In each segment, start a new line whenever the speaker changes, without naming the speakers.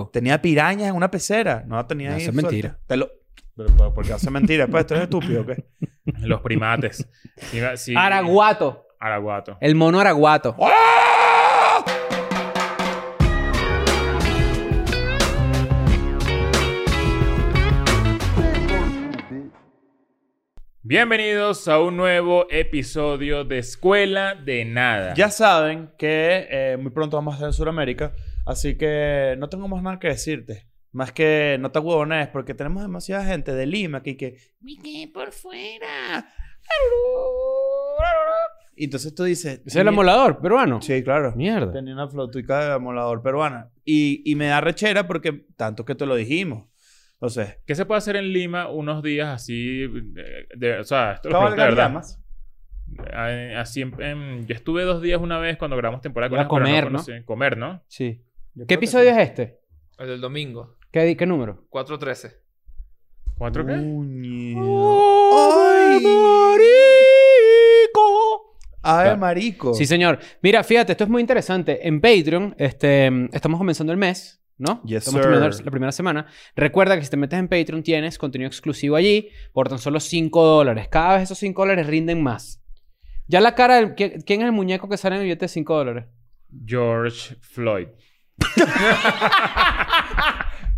No, tenía pirañas en una pecera. No tenía
No,
ahí
eso es
suelta.
mentira.
Te lo... Pero, pero, ¿por qué hace mentira? Pues, ¿tú eres estúpido o qué?
Los primates. Sí, sí.
Araguato.
Araguato.
El mono araguato.
¡Ah!
Bienvenidos a un nuevo episodio de Escuela de Nada.
Ya saben que eh, muy pronto vamos a estar en Sudamérica, así que no tengo más nada que decirte. Más que no te huevones, porque tenemos demasiada gente de Lima aquí que... Mique, por fuera. Y entonces tú dices...
Ese es el amolador peruano.
Sí, claro.
Mierda.
Tenía una flotica de amolador peruana. Y, y me da rechera porque tanto que te lo dijimos. Entonces,
¿Qué se puede hacer en Lima unos días así? De, de- o sea, esto lo pregunto de
cabalgar
verdad.
llamas.
Eh, Así, en- en- yo estuve dos días una vez cuando grabamos temporada
Iba a
Ángel, pero
comer, ¿no?
conocí- Comer, ¿no?
Sí.
Yo
¿Qué
creo que
episodio
sí.
es este?
El del domingo.
¿Qué, di- qué número?
4.13.
¿Cuatro
Mm.
qué?
Uñe. ¡Ay! ¡Ay,
Claro.
marico!
Sí, señor. Mira, fíjate, esto es muy interesante. En Patreon, este, mm, estamos comenzando el mes, ¿no?
Yes,
estamos
sir.
terminando la primera semana. Recuerda que si te metes en Patreon tienes contenido exclusivo allí por tan solo 5 dólares. Cada vez esos 5 dólares rinden más. Ya la cara, del- ¿quién, quién es el muñeco que sale en el billete de 5 dólares?
George Floyd.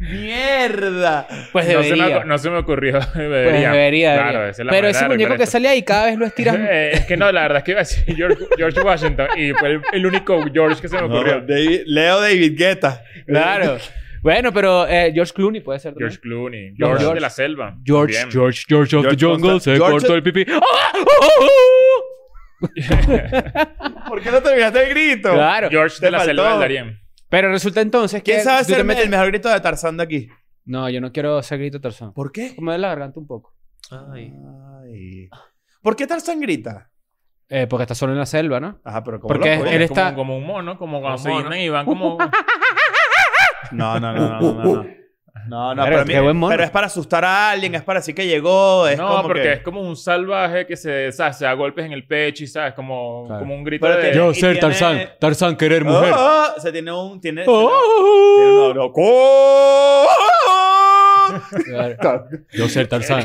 ¡Mierda!
Pues
No se,
debería.
me, ocu- no se me ocurrió.
Pues
Debería.
debería, debería.
Claro, esa es la
Pero
manera
ese
de
muñeco
arreglar
que
esto.
sale ahí cada vez lo estiras.
Eh, es que no, la verdad es que iba a decir George, George Washington y fue el, el único George que se me ocurrió.
Leo David Guetta.
claro. Bueno, pero eh, George Clooney puede ser.
George Clooney,
No,
George,
George.
de la selva.
George,
también.
George, George of
George
the Jungle
Costa-
se
George-
cortó el pipí. ¡Ah! ¡Ah! ¡Ah!
¿Por qué no terminaste el grito?
Claro.
George
Te
de la
faltó.
selva del Darién.
Pero resulta entonces que.
¿Quién sabe
tú te
hacer
metes-
el mejor grito de Tarzán de aquí?
No, yo no quiero hacer grito Tarzán.
¿Por qué?
Como de la garganta un poco.
Ay.
Ay. ¿Por qué Tarzán grita?
Eh, porque está solo en la selva, ¿no?
Ajá, pero como
Porque él
Es
está.
Como, como un mono, como cuando
Como
se
mono.
guindan y van como...
No, no, no, no, no, no. No, no,
Pero
pero,
qué buen mono.
pero es para asustar a alguien, es para así que llegó, es
no,
como
porque
que...
es como un salvaje que se, ¿sabes? se da golpes en el pecho y, ¿sabes? Como,
Claro.
como un grito
Pero
de...
que- Yo y ser tiene- Tarzán,
Tarzán querer Oh.
Oh, oh, se tiene un... Tiene, tiene
Uh.
un oro. Co-
Yo ser Tarzán.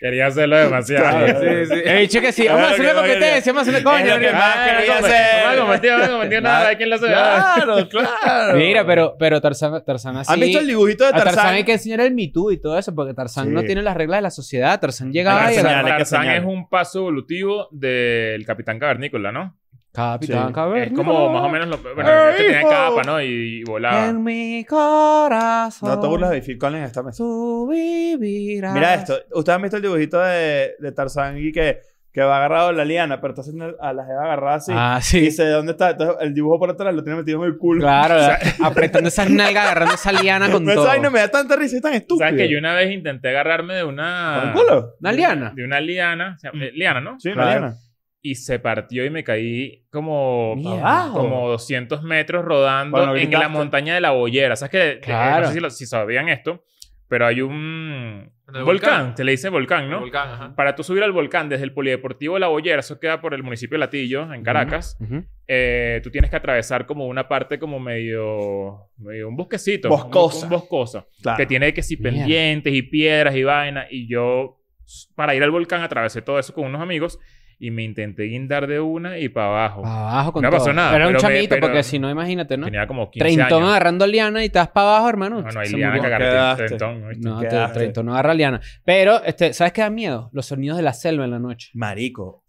Quería hacerlo demasiado.
Claro.
Ah, Sí, sí.
He dicho que sí. Vamos a hacer una competencia. Vamos a hacer una
Es lo que
coña.
más quería hacer.
No me cometió, no me cometió nada. ¿Quién lo hace?
Claro, claro.
Mira, pero, pero Tarzán, Tarzán así.
¿Han visto el dibujito de
A
Tarzán?
Tarzán hay que enseñar el Me Too y todo eso, porque Tarzán
Sí.
no tiene las reglas de la sociedad. Tarzán
Hay
llegaba
que
y...
enseñar.
era-
señal, hay que
Tarzán
señal.
es un paso evolutivo del Capitán Cavernícola, ¿no?
Capitán
Sí.
Cavernícola.
Es como más o menos lo... Bueno,
Ay,
es que tenía
hijo.
capa, ¿no? Y, y volaba.
En mi corazón.
No te burlas de Phil Collins en esta mesa.
Tú vivirás.
Mira esto. Ustedes han visto el dibujito de, de Tarzán y que, que va agarrado en la liana, pero está haciendo a la jeva agarrada así.
Ah,
Y
sí.
dice, ¿dónde está? Entonces, el dibujo por atrás lo tiene metido en el culo.
Claro, apretando esas nalgas, agarrando esa liana con
Pero
todo.
esa vaina me da tanta risa, es tan estúpido.
¿Sabes que yo una vez intenté agarrarme de
¿Con
una...
el culo?
¿Una liana?
De una liana. o sea, eh, liana, ¿no?
Sí,
Claro.
Mariana.
Y se partió y me caí como...
Mierda.
Como 200 metros rodando
Cuando
en
gritaste.
la montaña de la bollera. ¿Sabes que eh,
Claro.
no sé si, lo- si sabían esto, pero hay un...
En el
volcán.
volcán.
Te le dice volcán, ¿no?
El volcán, ajá.
Para tú subir al volcán desde el Polideportivo de La Bollera, eso queda por el municipio de Latillo, en Caracas,
Ujú.
eh, tú tienes que atravesar como una parte como medio... medio un bosquecito.
Boscosa.
Un, un boscoso.
Claro.
Que tiene que si
Ah, Mierda.
pendientes y piedras y vainas. Y yo, s- para ir al volcán, atravesé todo eso con unos amigos y me intenté guindar de una y para abajo.
Pa' abajo con
No
todo.
pasó nada,
Era un
pero me-
chamito,
pero-
porque si no, imagínate, Ah, ¿no?
Tenía como 15
Treintón
años.
agarrando liana y te vas para abajo, hermano.
No, no hay
Se
liana
murió.
que agarrar.
Quedaste.
Treintón, ¿no?
No,
Qué
te-
asco.
Trento no agarra liana. Pero, este, ¿sabes qué da miedo? Los sonidos de la selva en la noche.
Marico.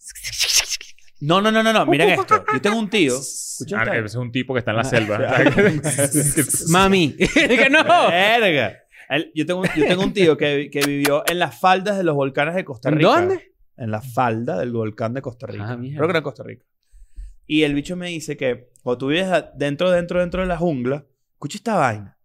No, no, no, no, no. Miren esto. Yo tengo un tío. Escuchen
Ah,
esta-
ese es un tipo que está en la
Ah.
selva.
Mami. que no.
Verga. El- yo, tengo, un- yo tengo un tío que, que vivió en las faldas de los volcanes de Costa
¿En
Rica.
dónde?
En la falda del volcán de Costa Rica.
Ah, mierda.
Creo que era en Costa Rica. Y el bicho me dice que cuando tú vives a- dentro, dentro, dentro de la jungla, escucha esta vaina.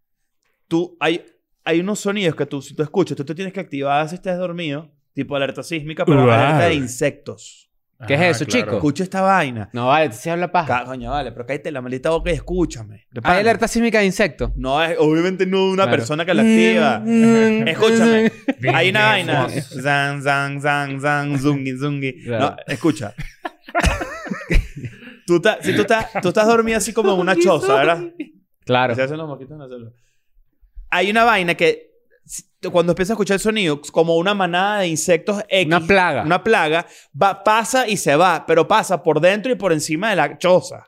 Tú, hay, hay unos sonidos que tú, si tú escuchas, tú te tienes que activar si estás dormido, tipo alerta sísmica, pero
Wow.
alerta de insectos.
¿Qué es
Ah,
eso, chico?
Escucha esta vaina.
No, vale, se habla paja.
Ca- Coño, vale, pero cállate la maldita boca y escúchame. De pana.
Ah. Hay alerta sísmica de insectos.
No, es, obviamente no una
Claro. Mm,
persona que la activa. Escúchame. Hay una
Ah,
vaina. Zang, zang, zang, zang, zungi, zungi. No,
Claro.
escucha. tú, ta- si tú, estás- tú estás dormido así como en una choza, ¿verdad?
Claro.
Se hacen los moquitos en la selva. hay una vaina que si- cuando empieza a escuchar el sonido, como una manada de insectos X.
Una plaga.
Una plaga, va, pasa y se va, pero pasa por dentro y por encima de la choza.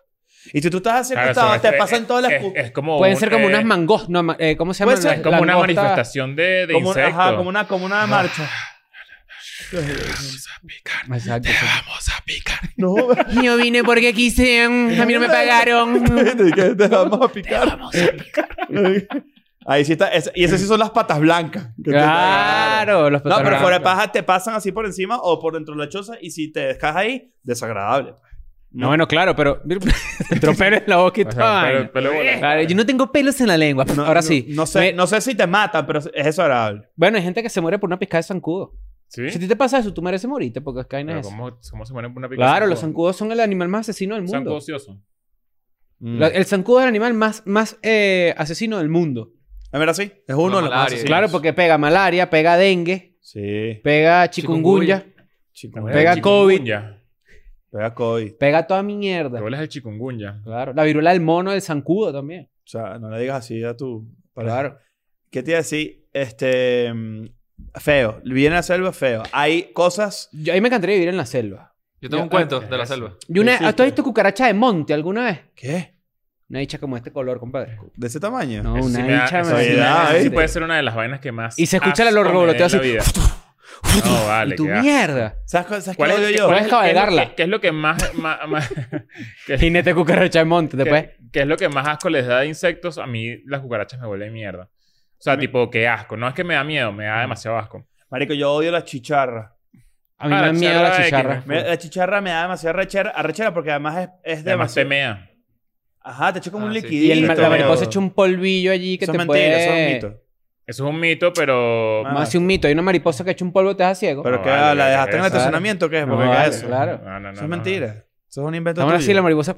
Y si tú estás así
Claro,
acostado,
son-
te
es-
pasan todas las...
es-
pu-
Es, como
Pueden
un-
ser como
eh,
unas mangos... No, ma- eh, ¿Cómo se llaman?
puede ser
Las-
Como
las
una
langostas-
manifestación de, de
como, un-
insectos.
ajá, como una, como una marcha.
Exacto.
Vamos a picar.
No,
Yo vine porque quise. mm, A mí no me pagaron.
que te vamos a picar. Ahí sí está. es- y esas sí son las patas blancas. que te-
Claro,
No,
los
pero
petarracos.
fuera de paja te pasan así por encima o por dentro de la choza y si te dejas ahí, desagradable. pues.
No, bueno, claro, pero. Entró pelo en la boca y
O
toda
sea,
vaina.
pelo- pelo volado.
Claro, yo no tengo pelos en la lengua.
No,
Ahora
no-
sí.
No, sé,
Me-
no sé si te matan, pero es desagradable.
Bueno, hay gente que se muere por una pizca de zancudo.
¿Sí?
Si a ti te pasa eso, tú mereces morirte porque es
Pero
vaina es. esa.
¿cómo, ¿Cómo se ponen una pica?
Claro, los zancudos son el animal más asesino del mundo.
Zancudo ocioso.
La-
eh,
el zancudo es el animal más, más eh, asesino del mundo.
¿Es verdad sí? Es uno
Una
de los más
malaria.
asesinos.
Claro, porque pega malaria, pega dengue,
Sí.
pega chikungunya,
Chikungunya.
Pega COVID.
Pega COVID.
pega toda mi
Te
mierda.
vuelas el chikungunya.
Claro. La viruela del mono del zancudo también.
O sea, no le digas así a tu pareja.
Claro.
¿Qué te iba a decir? Este... mm, Feo. Viene a la selva feo. Hay cosas...
Yo, a mí me encantaría vivir en la selva.
Yo tengo
Ya,
un cuento
ah,
de la
eso.
selva.
Y una,
Existe.
¿Tú has visto cucaracha de monte alguna vez?
¿Qué?
Una dicha como este color, compadre.
¿De ese tamaño?
No,
Eso sí
una
me da-
dicha...
eso sí
me
me
da,
da- eso sí
¿viste?
puede ser una de las vainas que más.
Y se escucha el
asco
olor
me
revoloteo
da en la
así.
vida. No, vale.
¡Tu
qué asco.
mierda!
¿Sabes, cu- sabes
¿Cuál
qué
es,
odio
qué-
yo?
Puedes
cuál es- qué es lo
cabalgarla.
que- ¿Qué es lo que más... más- más- qué-
Jinete cucaracha de monte,
qué-
después.
qué es lo que más asco les da de insectos? A mí las cucarachas me huelen mierda. O sea, tipo, qué asco. No es que me da miedo, me da demasiado asco.
Marico, yo odio las chicharras.
A mí me
Ah, la
da miedo
chicharra
la
de
chicharra.
Quilmes.
Me- la chicharra me da demasiada arrechera, arrechera porque además es, es
Además, te
demasiado...
mea.
Ajá, te echa como
Ah,
un
sí.
liquidito.
Y el,
todo.
la mariposa echa un polvillo allí que
Eso
te
es mentira, eso
puede...
es un mito.
Eso es un mito, pero...
Ah,
No hace un mito. Hay una mariposa que echa un polvo y te deja ciego.
¿Pero
No,
qué?
vale,
¿La
¿qué
dejaste en el
es?
estacionamiento o qué?
No,
Porque ¿qué
vale,
es eso?
claro.
No, no, no,
Eso es
no,
mentira. Eso es un invento
Ahora
tuyo.
sí, la mariposa...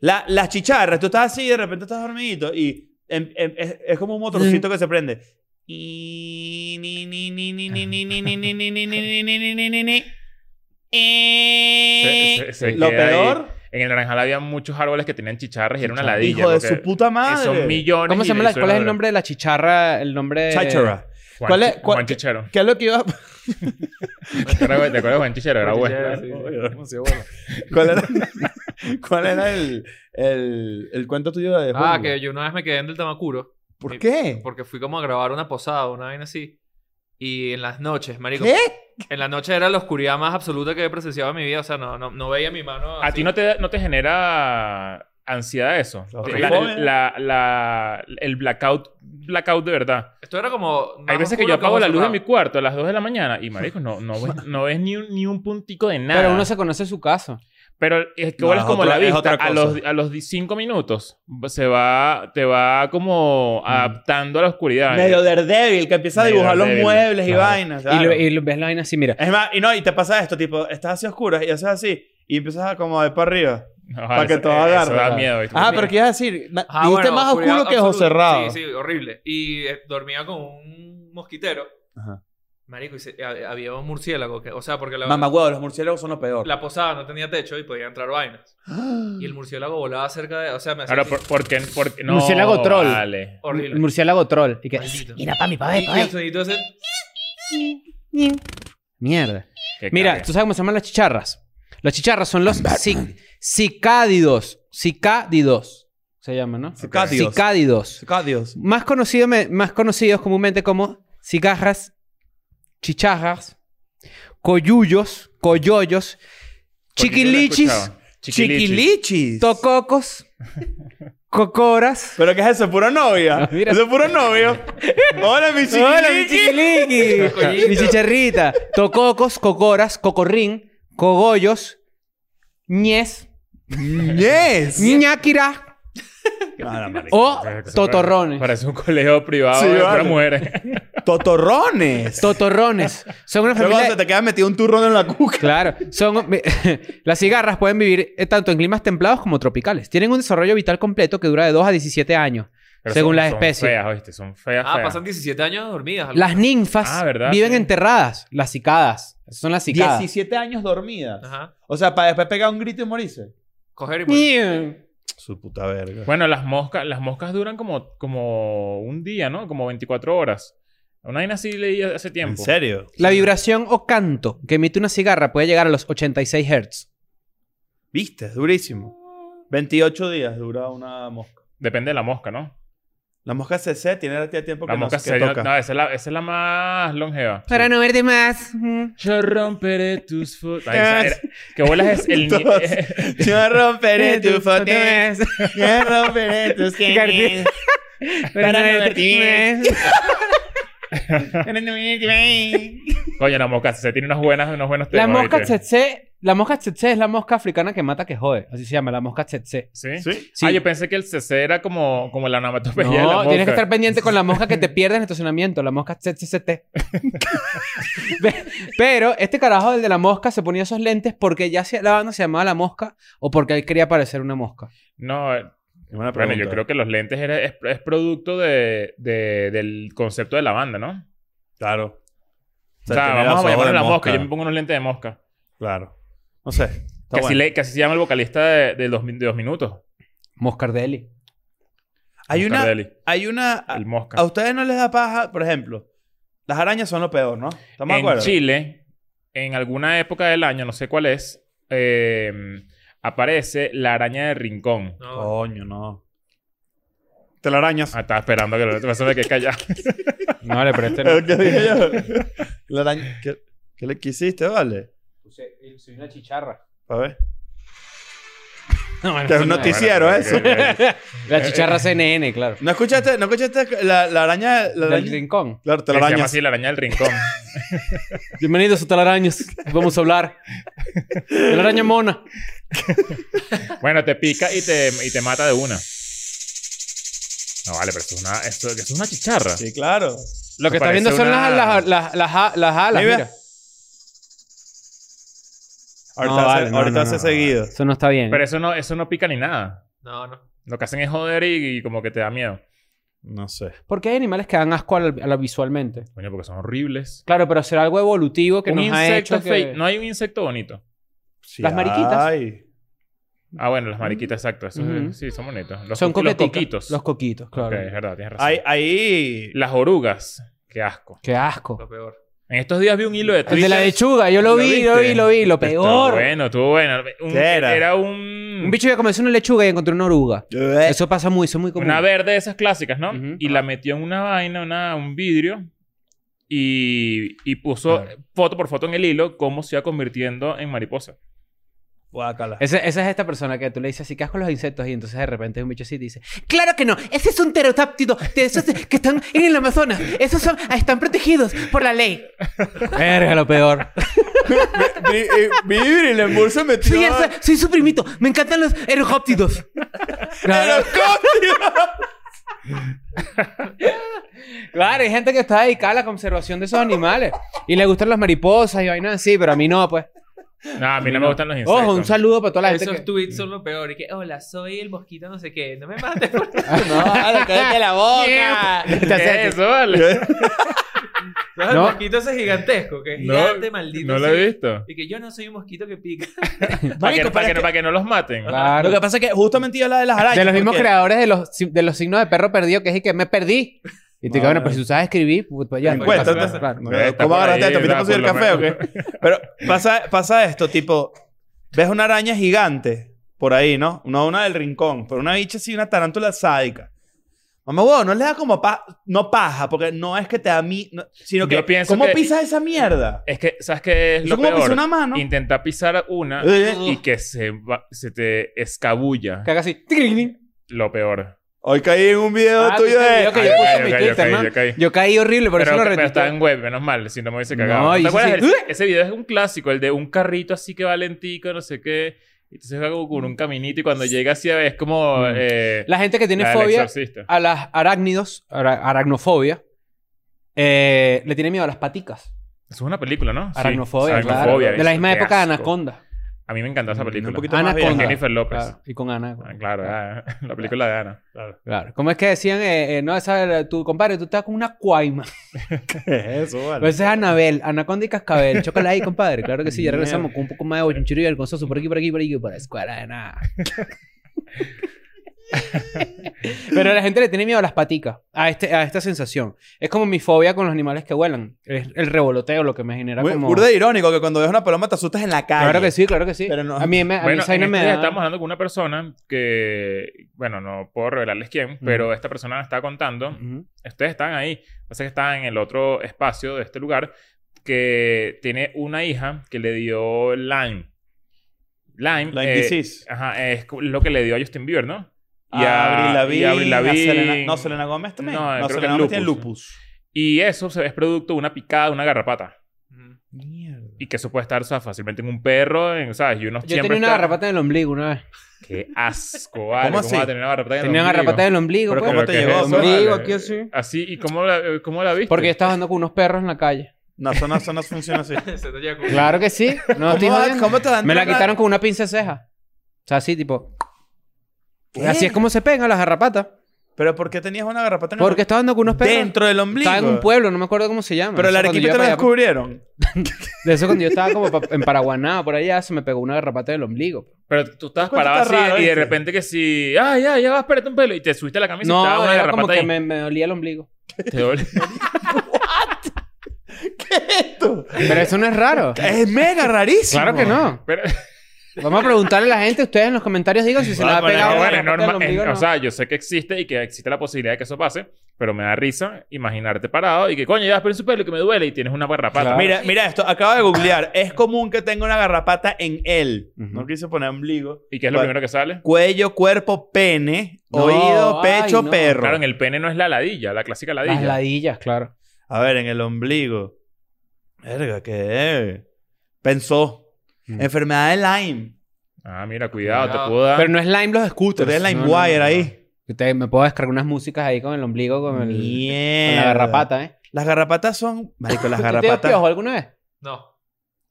La- las chicharras, tú estás así y de repente estás dormidito y em- em- es, es como un motorcito
Mm.
que se prende. Y- ni- ni- ni- ni- ni- ni- ni- ni- ni- ni- ni- ni- ni- ni- ni- ni- ni. Eh.
Se- se- se
Lo
Pues queda ahí.
peor,
En el Naranjal había muchos árboles que tenían chicharras y era una
Chicharra.
ladilla.
hijo de
porque
su puta madre.
Son millones.
¿Cómo se
y
llama la,
eso
¿Cuál es
era-
el nombre de la chicharra? El nombre...
Chachara.
Juan,
¿Cuál es-
Chi-
cuál-
Juan Chichero.
¿Qué es lo que iba a...
¿Te acuerdas te acuerdas de Juan Chichero? Era bueno.
¿Cuál era, cuál era el, el, el cuento tuyo de
Ah,
Julio?
que yo una vez me quedé en el Tamacuro.
¿Por qué?
Porque fui como a grabar una posada, una vaina así. Y en las noches, marico.
¿Qué?
En la noche era la oscuridad más absoluta que he presenciado en mi vida. O sea, no, no, no veía mi mano.
¿A
así.
ti no te, no te genera ansiedad eso?
Claro.
La- la- la- el blackout, blackout de verdad.
Esto era como. más
Hay veces que
oscuro
yo apago
ojos
la luz de
cerrados.
mi cuarto a las 2 de la mañana y, marico, no, no, ves, no ves ni, un, ni un puntico de nada.
Pero uno se conoce su caso.
Pero es que
No, es
vuelas como
otra-
la
es
vista.
otra
A
cosa.
los, a los 5 minutos se va, te va como adaptando a la oscuridad.
Mm. Medio Daredevil, que empieza a
Medio
dibujar los
Daredevil,
muebles y
claro.
vainas.
Y,
claro. Eh,
lo, y lo- ves la vaina así, mira.
Es más, y no, y te pasa esto, tipo, estás así a oscuras y haces así y empiezas a como de para arriba.
No,
para que
eso-
todo
eso
agarre.
da miedo. ¿viste?
Ah, pero ¿qué ibas a decir? Na-
Ah,
Dijiste
bueno,
más
oscuridad
oscuro que José
absoluta.
Rado.
Sí, sí, horrible. Y eh, dormía con un mosquitero.
Ajá.
Marico, y se- ha- había un murciélago. Que, o sea, porque la,
Mamá, huevo, los murciélagos son lo peor.
la posada no tenía techo y podía entrar vainas. Y el murciélago volaba cerca de. O sea, me hacía.
Ahora,
así,
¿por, por qué? por qué- no,
Murciélago troll.
Vale.
horrible.
El murciélago troll. Y que...
Maldito.
Mira, pa' mi, pa'
Y-
ver,
y
pa' ver".
el sonidito ese.
Mierda.
Qué
Mira,
cague.
¿tú sabes cómo se llaman las chicharras? Las chicharras son los cic- cicádidos. Cicádidos. Se llaman, ¿no?
Cicádidos.
Cicádidos.
Cicadios.
Más, conocido, me- más conocidos comúnmente como cigarras, chicharras, coyullos, coyollos,
¿Por qué
chiquilichis,
no lo escuchaba? Chiquilichis.
Chiquilichis.
tococos, cocoras.
¿Pero qué es eso? ¿Puro novia?
Ah, mira.
¿Eso es puro novio? Hola, mi chiquilichi.
¡Hola, mi chiquiliqui!
Cocollito.
mi chicharrita. Tococos, cocoras, cocorrín, cogollos, ñez,
Yes.
ñáquira
No, no, marico.
o
Parece-
totorrones.
Parece un colegio privado
Sí,
de
vale.
puras mujeres.
Totorrones.
Totorrones. Son una
Luego
familia...
se te queda metido un turrón en la cuca.
Claro, son mi- las cigarras pueden vivir eh, tanto en climas templados como tropicales. Tienen un desarrollo vital completo que dura de 2 a 17 años,
Pero
según
son-
las
son
especies.
feas, ¿oíste? Son feas,
Ah,
feas.
pasan 17 años dormidas. algo.
Las ninfas
Ah, ¿verdad?
viven
Sí.
enterradas, las cicadas. Esas Son las cicadas.
17 años dormida.
Ajá.
O sea, para después pegar un grito y morirse.
Coger y morir.
Ñe.
Su puta verga.
Pues Bueno, las moscas, las moscas duran como, como un día, ¿no? Como 24 horas. Una vaina así leí hace
¿En
tiempo.
serio?
La vibración o canto que emite una cigarra puede llegar a los 86 Hz.
Viste, es durísimo. 28 días dura una mosca.
Depende de la mosca, ¿no?
La mosca CC tiene el tiempo que
la mosca
no sé qué
se-
toca.
No, esa es la, esa es la más longeva.
Para no verte más. Mm.
Yo romperé tus fotos. ¿Qué bolas es el ni-
Entonces- Yo romperé tu foto. Yo romperé tus genes.
Para no verte más.
Coño, la mosca se tiene unas buenas, unos buenos
La
temas.
mosca
¿viste?
tsetse, la mosca tsetse es la mosca africana que mata que jode. Así se llama, la mosca tsetse.
¿Sí?
¿Sí?
Sí.
Ah, yo pensé que el CC era como, como la onomatopeya de la
No,
mosca.
tienes que estar pendiente con la Pues mosca que te pierde en el estacionamiento, la mosca tsetse. Ve- Pero este carajo, el de la mosca, se ponía esos lentes porque ya se- la banda se llamaba La Mosca o porque él quería parecer una mosca.
No, eh,
Buena
bueno, yo
pregunta.
creo que los lentes era- es, es producto de, de- del concepto de la banda, ¿no?
Claro.
O sea,
tener los
vamos a
ojos
llamarle
de
la mosca. Yo me pongo unos lentes de mosca.
Claro. No sé. Está
Que así,
bueno.
le- que así se llama el vocalista de, de dos, min- de dos minutos.
Moscardelli.
Hay
Oscar
una...
Deli,
Hay una...
el mosca.
A ustedes no les da paja, por ejemplo. Las arañas son lo peor, ¿no? ¿Estamos de
en
acuerdo?
Chile, en alguna época del año, no sé cuál es, eh, aparece la araña de rincón.
No,
Coño, no. Te la arañas.
Ah, estaba esperando que lo persona que calla.
No, le presté.
Es lo que dije yo. La araña- ¿Qué, qué le quisiste, vale?
Soy una chicharra.
A ver. Que es un noticiero ¿eh? eso.
La chicharra CNN, claro.
¿No escuchaste, no escuchaste la, la araña? La
Del
araña?
rincón.
Claro, te
Se
la
llama
arañas.
así la araña del rincón.
Bienvenidos a Telaraños. Vamos a hablar. Telaraña mona.
Bueno, te pica y te, y te mata de una. No vale, pero eso es una, eso, eso es una chicharra.
Sí, claro.
Lo que
Eso
está viendo
parece
son las,
una-
las, las, las, las alas.
Mira.
Mira.
Ahorita
No,
hace,
vale, no,
ahorita
no,
hace
no,
seguido.
Eso no está bien.
Pero eso no, eso no pica ni nada.
no, no.
Lo que hacen es joder y, y como que te da miedo.
No sé.
¿Por qué hay animales que dan asco a la, a la visualmente?
Coño, porque son horribles.
Claro, pero será algo evolutivo que
un
nos ha
insecto
hecho que...
fake. No hay un insecto bonito.
Sí,
Las mariquitas.
Ay.
Ah, bueno, las mariquitas, exacto. Eso es-
Mm. Ujú.
sí, son bonitos. Los,
Son
co- los
coqueticas.
coquitos.
Los coquitos, claro.
Ok, es verdad, tienes razón.
Ahí, ahí.
Las orugas. Qué asco.
Qué asco.
Lo peor.
En estos días vi un hilo de
El
Twitter.
de la lechuga. Yo lo,
¿Lo
vi, lo
viste?
vi, lo vi. Lo
Estuvo
peor.
Bueno, estuvo bueno. Un-
¿Qué era?
un...
Un bicho iba a comerse una lechuga y encontró una oruga.
Eh.
Eso pasa muy, eso es muy común.
Una verde de esas clásicas, ¿no?
Ujú.
Y la metió en una vaina, una, un vidrio. Y, y puso
Claro.
foto por foto en el hilo cómo se iba convirtiendo en mariposa.
Guácala.
Ese- esa es esta persona que tú le dices, así que asco los insectos, y entonces de repente un bicho así te dice, claro que no, ese es un pterodáctilo de esos que están en el Amazonas, esos son, ah, están protegidos por la ley. Verga, lo peor.
Vi- eh, Vivir y el embolso metió.
Soy, esa- soy su primito, me encantan los erocóptidos. Claro, claro, hay gente que está dedicada a la conservación de esos animales y le gustan las mariposas y vainas así, pero a mí no, pues.
No, a mí no me gustan los insectos.
Ojo, un saludo para toda la gente.
Esos
que-
tweets
Mm.
son lo peor. Y que, hola, soy el mosquito no sé qué. No me mates. por favor".
No, vale, cállate la boca.
¿Qué es eso, vale?
¿Sabes?
No.
El mosquito ese gigantesco. Que es
No,
gigante, maldito.
No lo
sí.
he visto.
Y que yo no soy un mosquito que pica.
Para que,
Marico, pero
para que,
es que-
para que no los maten.
Claro.
Lo que pasa es que justamente yo la de las arañas.
de los mismos
porque-
creadores de los, si- de los signos de perro perdido, que es y que me perdí. Y te digo,
Madre.
bueno, pues si tú sabes escribir, pues pues ya.
Encuéntrate.
Claro, claro.
No,
Eh, está
¿Cómo
por
agarraste este
ahí,
esto? ¿Fuiste a conseguir
por lo
café o qué? Pero pasa, pasa esto, tipo... Ves una araña gigante por ahí, ¿no? No una del rincón, pero una bicha así, una tarántula sádica. Mamá, huevo, no le da como pa no paja, porque no es que te da mi... no- sino que...
Yo pienso
¿Cómo
que-
pisas esa mierda?
Es que, ¿sabes qué es
Eso
lo
como pisar
peor?
una mano.
Intentar pisar una
Eh, eh.
y que se, va- se te escabulla.
Que haga así. tiquirín.
Lo peor.
Hoy caí en un video
Ah,
tuyo
tú te-
de...
yo que yo
Ay,
puse
ay,
mi
yo caí,
Twitter,
yo
man.
caí, yo caí.
Yo caí horrible, por eso
pero,
lo
pero está
retuiteé.
en web, menos mal, si no me hubiese cagado.
No, y
¿Te
eso
acuerdas?
sí. ¡Eh!
El- Ese video es un clásico, el de un carrito así que va lentico, no sé qué. Y entonces va como con un caminito y cuando llega así es como...
Mm.
Eh,
La gente que tiene
la del
fobia
exorcista.
a las arácnidos, ara- aracnofobia, eh, le tiene miedo a las paticas.
Eso es una película, ¿no? Sí.
Aracnofobia, claro.
Aracnofobia,
De la misma
qué
época de
asco. Pues
Anaconda.
A mí me encantó esa
Mm,
película.
un poquito
Ah,
más vieja.
Anaconda.
Jennifer López.
Claro, y con Ana.
Ah, claro, ah, la película de Ana.
Claro. ¿Cómo es que decían? eh, eh, no, esa, era tu compadre, tú estás con una cuaima.
¿Qué es eso,
A
vale?
veces Anabel, Anaconda y Cascabel. Chócala ahí, compadre. Claro que sí, ya regresamos con un poco más de bochinchero y vergonzoso por aquí, por aquí, por aquí, por la escuela de nada. Pero la gente le tiene miedo a las paticas, a, este, a esta sensación. Es como mi fobia con los animales que vuelan. Es el revoloteo lo que me genera
Muy-
como...
Burda irónico que cuando ves una paloma te asustas en la calle.
Claro que sí, claro que sí.
Pero no-
A mí, me, a mí
Bueno,
esa vaina
en
me
este estos días
da-
estábamos hablando con una persona que, bueno, no puedo revelarles quién, pero esta persona estaba contando,
Ujú.
ustedes están ahí, pasa que estaban en el otro espacio de este lugar, que tiene una hija que le dio Lyme. Lyme,
Lyme
eh,
disease.
Ajá, es co- lo que le dio a Justin Bieber, ¿no?
Y a Avril Ah, Lavigne,
y a Avril Lavigne.
a Selena- no, Selena Gómez también.
No,
No,
creo que
Selena
es
Gómez tiene
lupus.
lupus.
Y eso se- es producto de una picada, de una garrapata.
Ujú.
Mierda.
Y que eso puede estar o sea, fácilmente en un perro, en, ¿sabes? Y uno
Yo
siempre
tenía una
está-
garrapata en el ombligo una vez.
¡Qué asco, vale!
¿Cómo
¿Cómo,
así?
va a tener una garrapata en el
Tenía una
ombligo?
garrapata en el ombligo,
Pero
pues.
¿cómo te
¿Pero qué
llegó?
es eso,
Ombligo,
vale?
aquí así.
Así, ¿y cómo la, cómo la viste?
Porque yo estaba andando con unos perros en la calle.
No, eso no, eso no funciona así.
Se te llega con-
Claro que sí. No, estoy
¿Cómo, va-
jodiendo.
cómo te dan
Me la
tanta-
quitaron con una pinza de ceja. O sea, así tipo...
¿Qué?
Así es como se pegan las garrapatas.
¿Pero por qué tenías una garrapata en el
Porque estaba andando con unos perros.
Dentro del ombligo.
Estaba en un pueblo, no me acuerdo cómo se llama.
Pero el
Eso cuando
arequipe
yo iba
te lo
para allá-
descubrieron.
De eso cuando yo estaba como pa- en Paraguaná, por allá, se me pegó una garrapata del ombligo.
Pero tú estabas
cuento
parado así
está raro,
y de
¿viste?
repente que si... ¡Ay, ya, ya va! Espérate un pelo. Y te subiste la camisa y estaba
este? No,
una
era como
garrapata
que
ahí.
me, me dolía el ombligo.
Te duele.
Pero eso no es raro.
Es mega rarísimo.
Claro que no.
Pero,
Vamos a preguntarle a la gente, ustedes en los comentarios digan si se le
Ah,
ha
bueno,
pegado
no,
una
bueno,
garrapata
normal-
del ombligo o
en-
no.
O sea, yo sé que existe y que existe la posibilidad de que eso pase, pero me da risa imaginarte parado y que, coño, ya espera un pelo y que me duele y tienes una garrapata.
Claro.
Mira, mira esto, acabo de googlear. Es común que tenga una garrapata en él.
Ujú.
No quise poner ombligo.
¿Y qué es lo
Vale.
primero que sale?
Cuello, cuerpo, pene,
No,
oído,
ay,
pecho,
no.
perro.
Claro, en el pene no es la ladilla, la clásica ladilla.
Las ladillas, claro.
A ver, en el ombligo. Verga, ¿qué es? Pensó.
Mm.
Enfermedad de Lyme.
Ah, mira, cuidado,
Cuidado.
te puedo
Ah.
dar.
Pero no es Lime los
Tú
scooters.
eres
No,
Lime
no,
Wire
no, no.
ahí.
Yo te- me puedo descargar unas músicas ahí con el ombligo, con, el, con
Mierda.
la garrapata, ¿eh?
Las garrapatas son. Marico, las
¿Tú te dio
garrapatas.
piojo alguna vez?
No.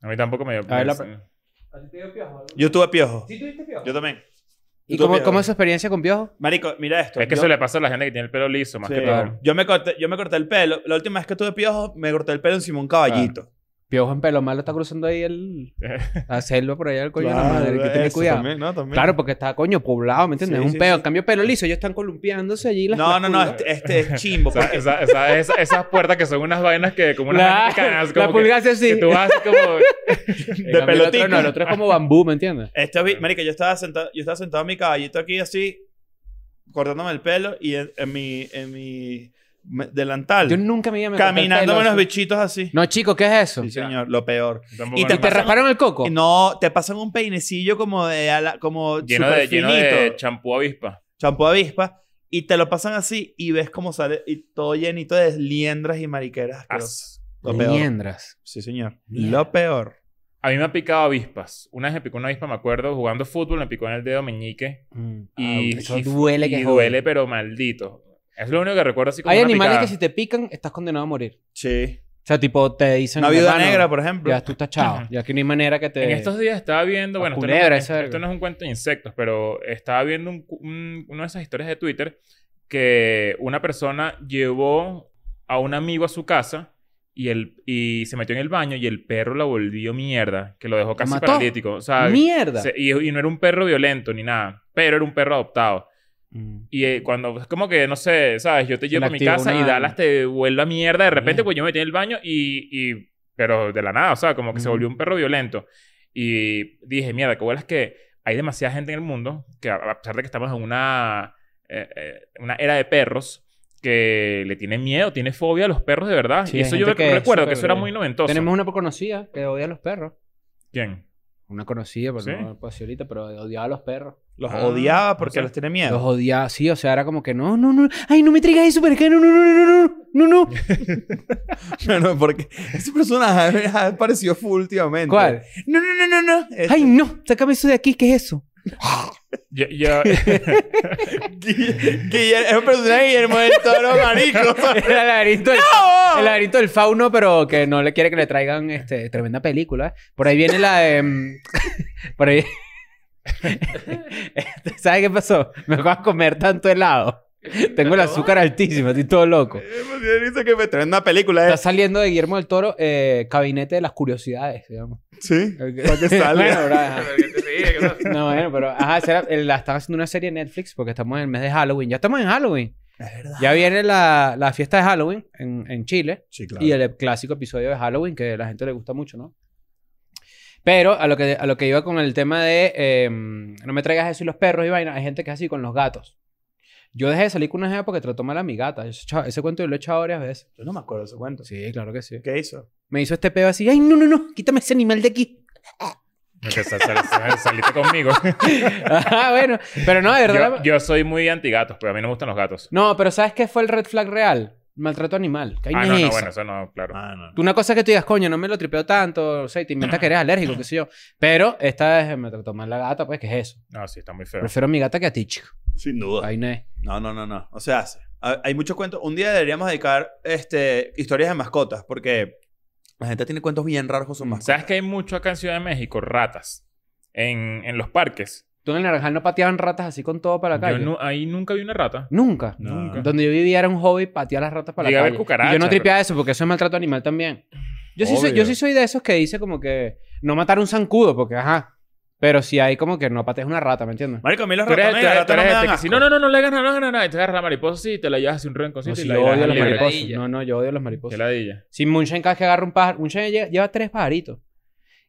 A mí tampoco me dio.
A ver, la-
Yo tuve piojo.
¿Sí tuviste piojo?
Yo también.
¿Y
Tú
cómo,
piojo.
cómo es su experiencia con piojo?
Marico, mira esto.
Es que
Yo-
eso le pasa a la gente que tiene el pelo liso, más
Sí.
que todo.
Yo me, corté, yo me corté el pelo. La última vez que tuve piojo, me corté el pelo encima de un caballito.
Piojo en pelo malo está cruzando ahí el... la selva por allá, el coño de la
Claro,
madre. Hay que tener
eso
cuidado.
también, ¿no? También.
Claro, pues, porque está coño poblado, ¿me entiendes?
Sí,
es un
sí,
peo.
sí.
En cambio, pelo liso, ellos están columpiándose allí. Las,
No,
las
no, no.
pulgas.
Este, este es chimbo.
O sea,
porque-
esa- esa- esa- esas puertas que son unas vainas que como unas
La,
vainas canas,
la
como que-
pulga hace así.
que tú vas así como...
En cambio, el otro
pelotica.
No, el otro es como bambú, ¿me entiendes?
Esto este vi, marica, yo estaba sentado, yo estaba sentado en mi caballito aquí así, cortándome el pelo y en, en mi, en mi me- delantal,
Yo nunca me iba a meter
caminándome
el pelo
los
así.
bichitos así.
No, chico, ¿qué es eso?
Sí, señor, lo peor.
Tampoco
Y
¿Y
te
me
te
pasa.
rasparon el coco?
Y No, te pasan un peinecillo como de ala, como
Lleno de, lleno de
superfinito,
champú avispa.
champú avispa, y te lo pasan así y ves cómo sale y todo llenito de liendras y mariqueras. creo.
As.
Lo peor.
Miendras.
Sí, señor.
Mierda.
Lo peor.
A mí me ha picado avispas. Una vez me picó una avispa, me acuerdo, jugando fútbol, me picó en el dedo meñique. Y,
Mm. Ah, eso
y-
duele que
y
jode.
duele, pero maldito. Es lo único que recuerdo así como
Hay
una
animales
picada.
que si te pican, estás condenado a morir.
Sí.
O sea, tipo, te dicen...
Una viuda
"Hermano,
negra, por ejemplo.
Ya tú estás chao.
Ajá.
Ya que no hay manera que te...
En estos días estaba viendo,
La
bueno,
culebra,
esto,
esa
no,
verga.
esto no es un cuento de insectos, pero estaba viendo un cu- un- una de esas historias de Twitter que una persona llevó a un amigo a su casa y, el, y se metió en el baño y el perro la volvió mierda, que lo dejó casi
mató?
paralítico. O sea,
¡Mierda!
se- y, y no era un perro violento ni nada, pero era un perro adoptado.
Mm.
Y eh, cuando es como que, no sé, ¿sabes? Yo te
Se
llevo
le
a mi
activa
casa y
una-
Dallas te vuelve a mierda de repente,
Mierda.
pues yo me metí en el baño y, y- Pero de la nada, o sea, como que se
Ujú.
volvió un perro violento. Y dije, mierda, qué bolas que hay demasiada gente en el mundo que, a- a pesar de que estamos en una, eh, eh, una era de perros, que le tiene miedo, tiene fobia a los perros de verdad.
Sí,
y
hay
eso yo
gente que es
recuerdo que
súper
eso era
bien.
muy noventoso.
Tenemos una conocida que odia a los perros.
¿Quién?
Una conocida, pero
¿Sí?
no la puedo decir ahorita, pero odiaba a los perros.
Los
Ah,
odiaba porque
no sé.
los tiene
Los
miedo.
odiaba, sí, o sea, era como que no, no, no, ay, no me traigas eso, pero que no, no, no, no, no, no, no, no.
No, no, porque ese personaje ha aparecido full últimamente.
¿Cuál?
No, no, no, no, no. Este-
Ay, no, sácame eso de aquí, ¿qué es eso?
Yo, yo-
Guille- Guille- es un personaje de Guillermo del Toro, marico. Oh.
El laberinto, del, el laberinto del fauno, pero que no le quiere que le traigan, este, tremenda película. ¿eh? Por ahí viene la de... mm, por ahí... Este, ¿Sabes qué pasó? Me acabo de comer tanto helado Tengo el azúcar altísimo, estoy todo loco.
Dice que me traen una película,
Está
¿eh?
saliendo de Guillermo del Toro, eh, Gabinete de las Curiosidades, digamos.
Sí, para que
Bueno,
salga.
bro, ajá.
Pero que te sigue, que no-
No, bueno, pero ajá, esa era- eh, la están haciendo una serie en Netflix porque estamos en el mes de Halloween. Ya estamos en Halloween.
Es verdad.
Ya viene la, la fiesta de Halloween en, en Chile
Sí,
y el clásico episodio de Halloween que a la gente le gusta mucho, ¿no? Pero a lo que, a lo que iba con el tema de eh, no me traigas eso y los perros y vaina, hay gente que es así con los gatos. Yo dejé de salir con una jeva porque trató mal a mi gata. Ese, cha- ese cuento yo lo he echado varias veces.
Yo no me acuerdo ese cuento.
Sí, claro que sí.
¿Qué hizo?
Me hizo este pedo así, ay, no, no, no, quítame ese animal de aquí.
Que sal- sal- sal- Saliste conmigo.
Ajá, bueno, pero no, de Ah, verdad.
Yo, yo soy muy antigatos, pero a mí no me gustan los gatos.
No, pero ¿sabes qué fue el red flag real? Maltrato animal. ¿Qué vaina
Ah, no,
es
no,
esa?
bueno, eso no, claro.
Ah, no.
Tú Una cosa es que tú digas, coño, no me lo tripeo tanto, o sea, y te inventas que eres alérgico, qué sé yo. Pero esta vez me trató mal la gata, pues, ¿qué es eso?
No, sí, está muy feo.
Prefiero a mi gata que a ti, chico.
Sin duda.
Ahí no es.
No, no, no, no. O sea, hace. Ha- Hay muchos cuentos. Un día deberíamos dedicar este, historias de mascotas, porque la gente tiene cuentos bien raros con sus mascotas.
¿Sabes que hay mucho acá en Ciudad de México? Ratas. En, en los parques.
Tú en el Naranjal no pateaban ratas así con todo para la
Yo
calle.
nu- ahí nunca vi una rata.
Nunca.
No.
Nunca.
Donde yo vivía era un hobby patear las ratas para
Llegué a
la
ver
calle.
cucarachas,
y yo no
pero-
tripeaba eso porque eso es maltrato animal también. Yo sí, soy,
Obvio.
yo sí soy de esos que dice como que no matar un zancudo porque ajá. Pero si hay como que no patees una rata, ¿me entiendes?
Marico, a mí las
Tú eres el-
ratones y
tú
las
eres- tú
ratas no
eres
me
el
dan
que sí,
asco.
No, no, no, no le hagas nada, no le hagas nada. Y te agarras la mariposa y te la llevas así un
No,
rinconcito
si
y la
yo odio
dejas
las
libre.
mariposas.
mariposas. No, no, yo odio las mariposas.
Qué ladilla.
Si Munchen cada vez que agarra un pájaro, Munchen lleva, lleva tres pajaritos.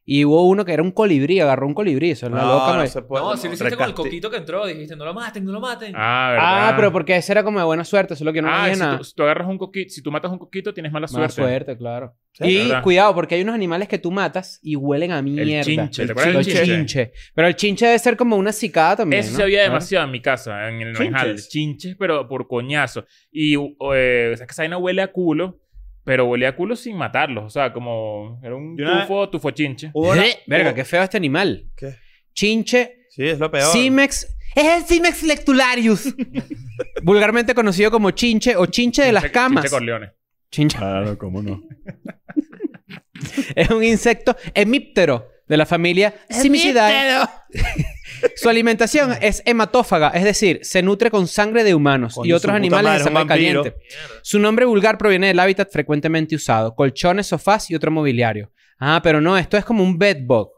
Y hubo uno que era un colibrí, agarró un colibrí, eso en la loca. me-
se puede.
No, si lo hiciste con el
Recasti-
coquito que entró, dijiste, no lo maten, no lo maten.
Ah, ¿verdad?
Ah, pero porque ese era como de buena suerte, solo que no
Ah,
había
si
nada.
tú, si tú agarras un coquito, si tú matas un coquito, tienes mala
Mala
suerte.
suerte, claro.
Sí,
y
¿verdad?
cuidado, porque hay unos animales que tú matas y huelen a mierda.
El chinche. ¿Te
El
acuerdas del
Los
chinche.
chinche?
chinche. Pero el chinche debe ser como una cicada también.
Eso
¿no?
se había
Ah.
demasiado en mi casa, en el
Chinches.
Naranjal. Chinches, pero por coñazo. Y, u- o, eh, o sea, que esa vaina huele a culo, pero huele a culo sin matarlos. O sea, como... Era un
De una-
tufo, tufo chinche.
Hubo una-
Verga,
hubo-
qué feo este animal.
¿Qué?
Chinche,
Sí, es lo peor.
Cimex. Es el Cimex lectularius. vulgarmente conocido como chinche o chinche de las
Chinche-
camas.
Chinche Corleone.
Chinche.
Claro, cómo no.
Es un insecto hemíptero de la familia Simicidae. Su alimentación es hematófaga, es decir, se nutre con sangre de humanos
Coño,
y
su
otros
puta
animales
madre,
de
es un
sangre
vampiro.
caliente.
Mierda.
Su nombre vulgar proviene del hábitat frecuentemente usado, colchones, sofás y otro mobiliario. Ah, pero no, esto es como un bedbug.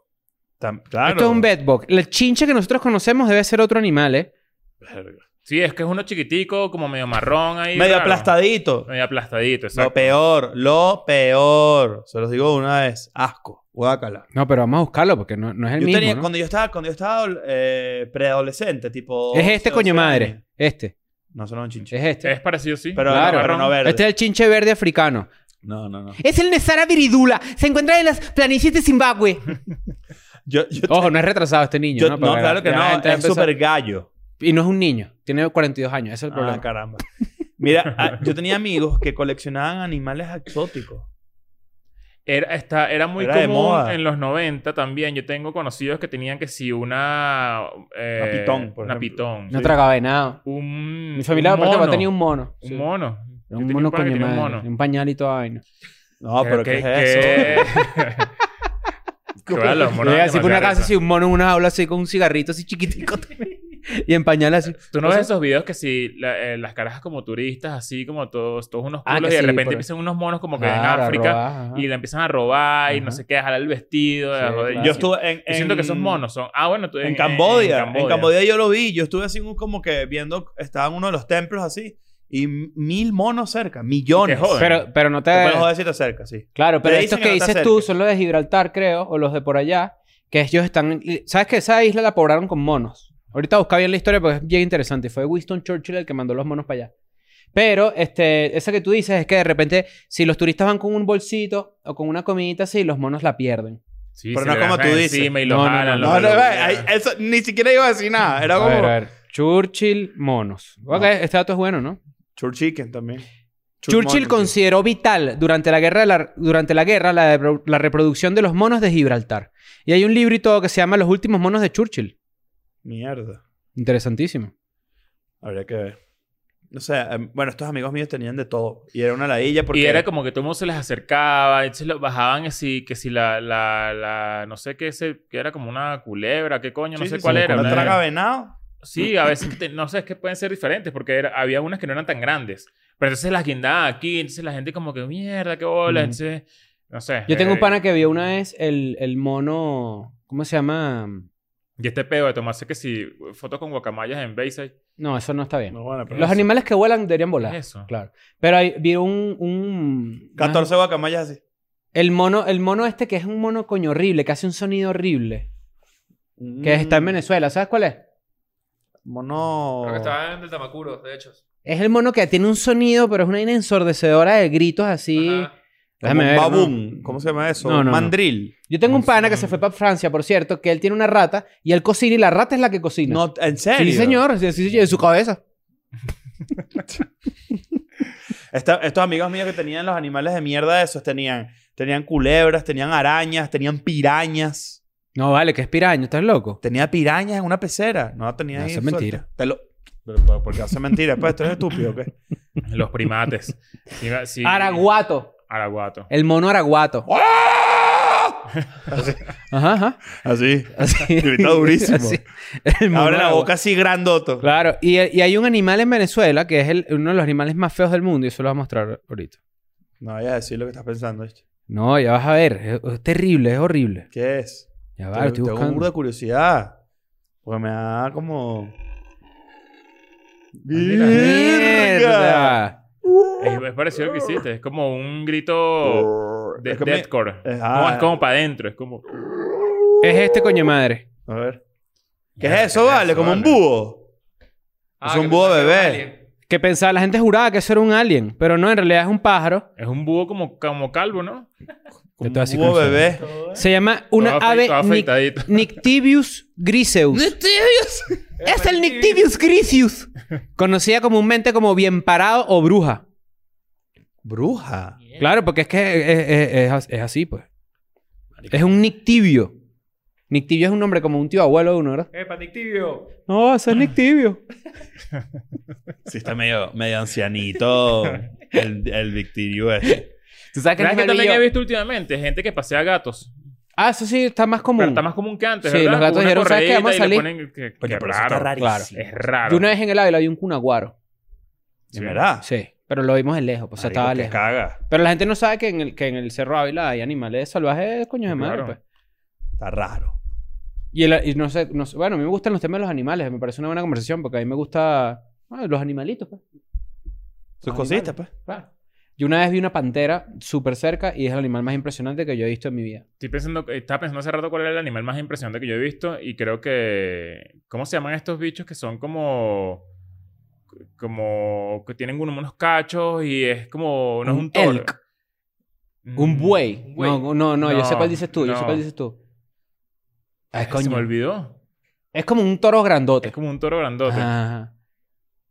claro.
Esto es un bedbug. El chinche que nosotros conocemos debe ser otro animal, ¿eh?
Verga.
Sí, es que es uno chiquitico, como medio marrón ahí.
Medio
raro.
aplastadito.
Medio aplastadito, exacto.
Lo peor, lo peor. Se los digo de una vez. Asco. Guácala.
No, pero vamos a buscarlo porque no, no es el
Yo
mismo.
tenía,
¿no?
cuando yo estaba, cuando yo estaba eh, preadolescente, tipo.
Es
11,
este
12
coño
años.
madre. Este.
No, son un chinche.
Es este.
Es parecido, sí.
Pero,
Claro.
no, pero no verde.
Este es el chinche verde africano.
No, no, no.
Es el Nesara viridula. Se encuentra en las planicies de Zimbabue.
Yo, yo,
Ojo, no es retrasado este niño.
yo-
¿no?
no,
Porque
claro que
ya
no.
gente
Es
empezó-
súper gallo.
Y no es un niño. Tiene 42 años. Ese es el
Ah,
problema.
caramba. Mira, ah, yo tenía amigos que coleccionaban animales exóticos.
Era, está, era muy
Era de
común
moda.
en los 90 también. Yo tengo conocidos que tenían que si una... eh,
Una pitón, por
Una
ejemplo.
pitón.
No tragaba venado.
Un...
Mi familia
un
aparte
mono.
tenía un mono.
Un
Sí.
mono.
Era
Yo
un
tenía
mono
pana que
coño
tenía
madre. Un pañal y toda vaina.
No, Ah, pero, ¿qué, es eso?
que ahora los monos
Yo
dan
así por una
demasiada
casa,
risa.
así un mono en una jaula así con un cigarrito así chiquitico. y en pañal así.
Tú no ves esos videos que si la- eh, las caras como turistas, así como todos, todos unos
Ah,
culos,
que
y de
sí,
repente
por-
empiezan unos monos como que
Claro,
en
a
África
robar, ajá.
y la empiezan a robar y
Ajá.
no sé qué, a jalar el vestido.
Sí,
a joder.
claro.
Yo estuve en.
Yo siento
en-
que esos monos son. Ah, bueno, tú-
En Cambodia, en Cambodia. yo lo vi. Yo estuve así un- como que viendo, estaba en uno de los templos así. Y m- mil monos cerca, millones.
Y te joden.
Pero, eh, pero no te.
Te pueden joder si te cerca, sí.
Claro, pero
Te dicen
estos que
que no está
dices tú
cerca.
son los de Gibraltar, creo, o los de por allá, que ellos están... ¿Sabes que esa isla la poblaron con monos? Ahorita busca bien la historia porque es bien interesante. Fue Winston Churchill el que mandó los monos para allá. Pero este, esa que tú dices es que de repente, si los turistas van con un bolsito o con una comidita así, los monos la pierden.
Sí,
Pero
se
no
le
como
lanzan
tú dices.
encima Y los
No, no,
jalan,
no,
los
No, no,
jalan.
ve, ahí- eso ni siquiera iba a decir nada. Era
A
como.
ver, a ver. Churchill, monos. Ok, este dato es bueno, ¿no?
Chur Chicken también. Chur
Churchill
Monkey.
consideró vital durante la guerra, la, durante la, guerra la, de- la reproducción de los monos de Gibraltar. Y hay un libro y todo que se llama Los últimos monos de Churchill.
Mierda.
Interesantísimo.
Habría que ver. No sé, em, bueno, estos amigos míos tenían de todo. Y era una ladilla porque.
Y era como que todo el mundo se les acercaba, entonces los bajaban así, que si la, la, la, no sé qué, ese, que era como una culebra, qué coño, no
Sí,
sé
sí,
cuál
sí,
era.
con
una-
La traga venado.
Sí, a veces, que te- no sé, es que pueden ser diferentes porque era- había unas que no eran tan grandes. Pero entonces las guindaba aquí, entonces la gente como que, mierda, qué bola,
Ujú.
entonces, no sé.
Yo tengo un
eh,
pana que vio una vez el, el mono. ¿Cómo se llama?
Y este pedo de tomarse que si fotos con guacamayas en Bayside,
No, eso no está bien.
No, bueno, pero
Los
eso-
animales que vuelan deberían
¿qué
volar.
es eso?
Claro. Pero hay, vi un. un una-
14 guacamayas así.
el, mono, el mono este que es un mono coño horrible, que hace un sonido horrible.
Mm.
Que está en Venezuela. ¿Sabes cuál es?
Mono.
Creo que estaba en el Tamacuro, de hecho.
Es el mono que tiene un sonido, pero es una vaina ensordecedora de gritos así.
Ajá.
Como
Déjame
un
ver, ¿no?
babún. ¿Cómo se llama eso?
No, no, no.
Mandril.
Yo tengo un pana que se fue para Francia, por cierto, que él tiene una rata y él cocina y la rata es la que cocina.
No, en serio.
sí, señor, sí, sí, sí, en su cabeza.
Esta- estos amigos míos que tenían los animales de mierda esos tenían, tenían culebras, tenían arañas, tenían pirañas.
No, vale, que es piraño, estás loco.
Tenía pirañas en una pecera. No tenía
No,
ahí
eso es
suelta.
mentira.
Te lo... Pero, pero, ¿Por qué hace mentira? Pues esto es estúpido, ¿o ¿qué?
Los primates. Sí, va- sí.
Araguato.
Araguato.
El mono araguato. Ajá, ajá.
Así.
¡Ah! Así.
Grita durísimo.
El mono
Abre la
araguato.
boca así grandoto.
Claro. Y, y hay un animal en Venezuela que es el- uno de los animales más feos del mundo y eso lo voy a mostrar ahorita.
No vayas a decir lo que estás pensando. ¿viste?
No, ya vas a ver. Es, es terrible, es horrible.
¿Qué es?
Ya va, lo estoy
tengo tengo burda
buscando.
de curiosidad. Porque me da como... ¡Virga!
¡Mierda!
Es, es parecido al que hiciste. Es como un grito de
Es que me-
deathcore.
Eh, ah.
No, es como para adentro. Es como...
Es este coño madre.
A ver. ¿Qué es eso, vale? Como un
vale.
búho. Es un
Ah, que
búho
pensaba que era un
bebé.
alien.
Que pensaba, la gente juraba que eso era un alien, pero no, en realidad es un pájaro.
Es un búho como, como calvo, ¿no?
Como
Esto
un
así
búho
como se llama.
bebé.
Se llama una
Todo afe-
ave
todo
nic-
afeitadito.
Nictibius griseus. ¡Nictibius! ¡Es el Nictibius griseus! Conocida comúnmente como bien parado o bruja.
Bruja.
Claro, porque es que es, es- es as- es así, pues. Es un Nictibio. Nictibio es un nombre como un tío abuelo de uno, ¿verdad? Ah.
¡Eh, Panictibio!
No, ese es Nictibio.
Sí, está medio, medio ancianito el, el Victirio este. ese.
¿Tú sabes qué
¿Sabes que
animal vi
también he
yo?
visto últimamente? Gente que pasea gatos.
Ah, eso sí, está más común.
Pero está más común que antes,
Sí,
¿verdad?
los gatos
Una
dijeron, "¿Sabes qué?
correíta
Vamos a
y le
salir".
ponen- que-
Coño,
que
pero eso está
raro.
rarísimo.
Claro.
Es raro.
Yo una vez en el Ávila vi un cunaguaro.
¿De
Ah.
verdad?
Sí, pero lo vimos de lejos, pues o sea,
Marico,
estaba
qué
lejos.
caga.
Pero la gente no sabe que en el, que en el Cerro Ávila hay animales salvajes, coño de madre,
Claro.
pues.
Está raro.
Y, el- y no, sé, no sé- bueno, a mí me gustan los temas de los animales, me parece una buena conversación porque a mí me gusta ah, los animalitos, pues.
Sus
Animales.
cositas, pues.
Claro. Yo una vez vi una pantera súper cerca y es el animal más impresionante que yo he visto en mi vida.
Estoy pensando, estaba pensando hace rato cuál era el animal más impresionante que yo he visto y creo que... ¿Cómo se llaman estos bichos que son como... Como que tienen unos unos cachos y es como... Pues No es
Un
un toro. Mm,
elk. Un buey.
un buey.
No, no, no, yo sé
No,
cuál dices tú, yo sé
no.
cuál dices tú. Ay,
Ay, Se me
coño.
olvidó.
Es como un toro grandote.
Es como un toro grandote.
Ah, Ajá.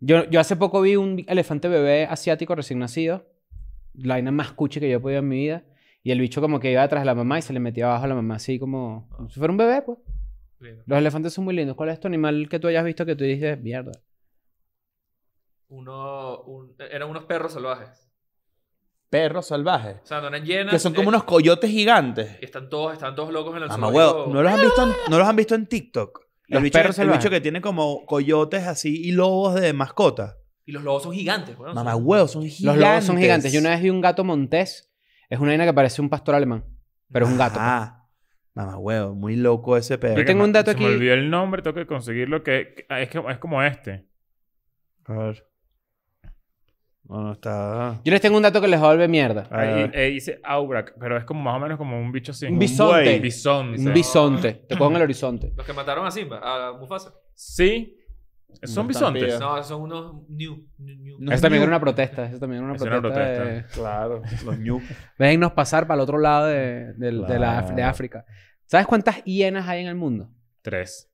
Yo, yo hace poco vi un elefante bebé asiático recién nacido. La vaina más cuche que yo he podido en mi vida. Y el bicho como que iba atrás de la mamá y se le metía abajo a la mamá así como... como si fuera un bebé, pues.
Lindo.
Los elefantes son muy lindos. ¿Cuál es tu animal que tú hayas visto que tú dices, mierda?
Uno, un- eran unos perros salvajes.
Perros salvajes.
O sea, no eran llenas.
Que son como
eh,
unos coyotes gigantes.
y Están todos, están todos locos en el
Mamá,
zoológico.
huevo. ¿No los, han visto en, ¿No los han visto en TikTok? El,
Los
bicho,
perros
el
salvajes.
bicho que tiene como coyotes así y lobos de mascota.
Y los lobos son gigantes, weón.
Mamá, huevo, son
Los
gigantes.
lobos son gigantes. Yo una vez vi un gato montés. Es una vaina que parece un pastor alemán. Pero es un gato. pues.
Ah. Mamá, huevo. Muy loco ese perro.
Creo que
tengo un
me-
dato
Se me
aquí.
olvidó el nombre, tengo que conseguirlo. Que, que- es, que, es como este.
A ver. Bueno, está.
Yo les tengo un dato que les va a volver mierda.
A
Ahí,
ver.
eh, dice Aubrac, pero es como más o menos como un bicho así.
Un
buey.
bisonte.
bisonte.
Un bisonte. Te pongo en el horizonte.
Los que mataron a Simba, a Mufasa.
Sí. Son
No
bisontes.
están
No, son unos new, new, new.
No.
Eso también era una protesta. Eso también era una
Eso era
protesta.
una
de-
protesta.
Claro, los ñu.
Déjennos pasar para el otro lado de, del- de la, Af- de
Claro.
África. ¿Sabes cuántas hienas hay en el mundo?
Tres.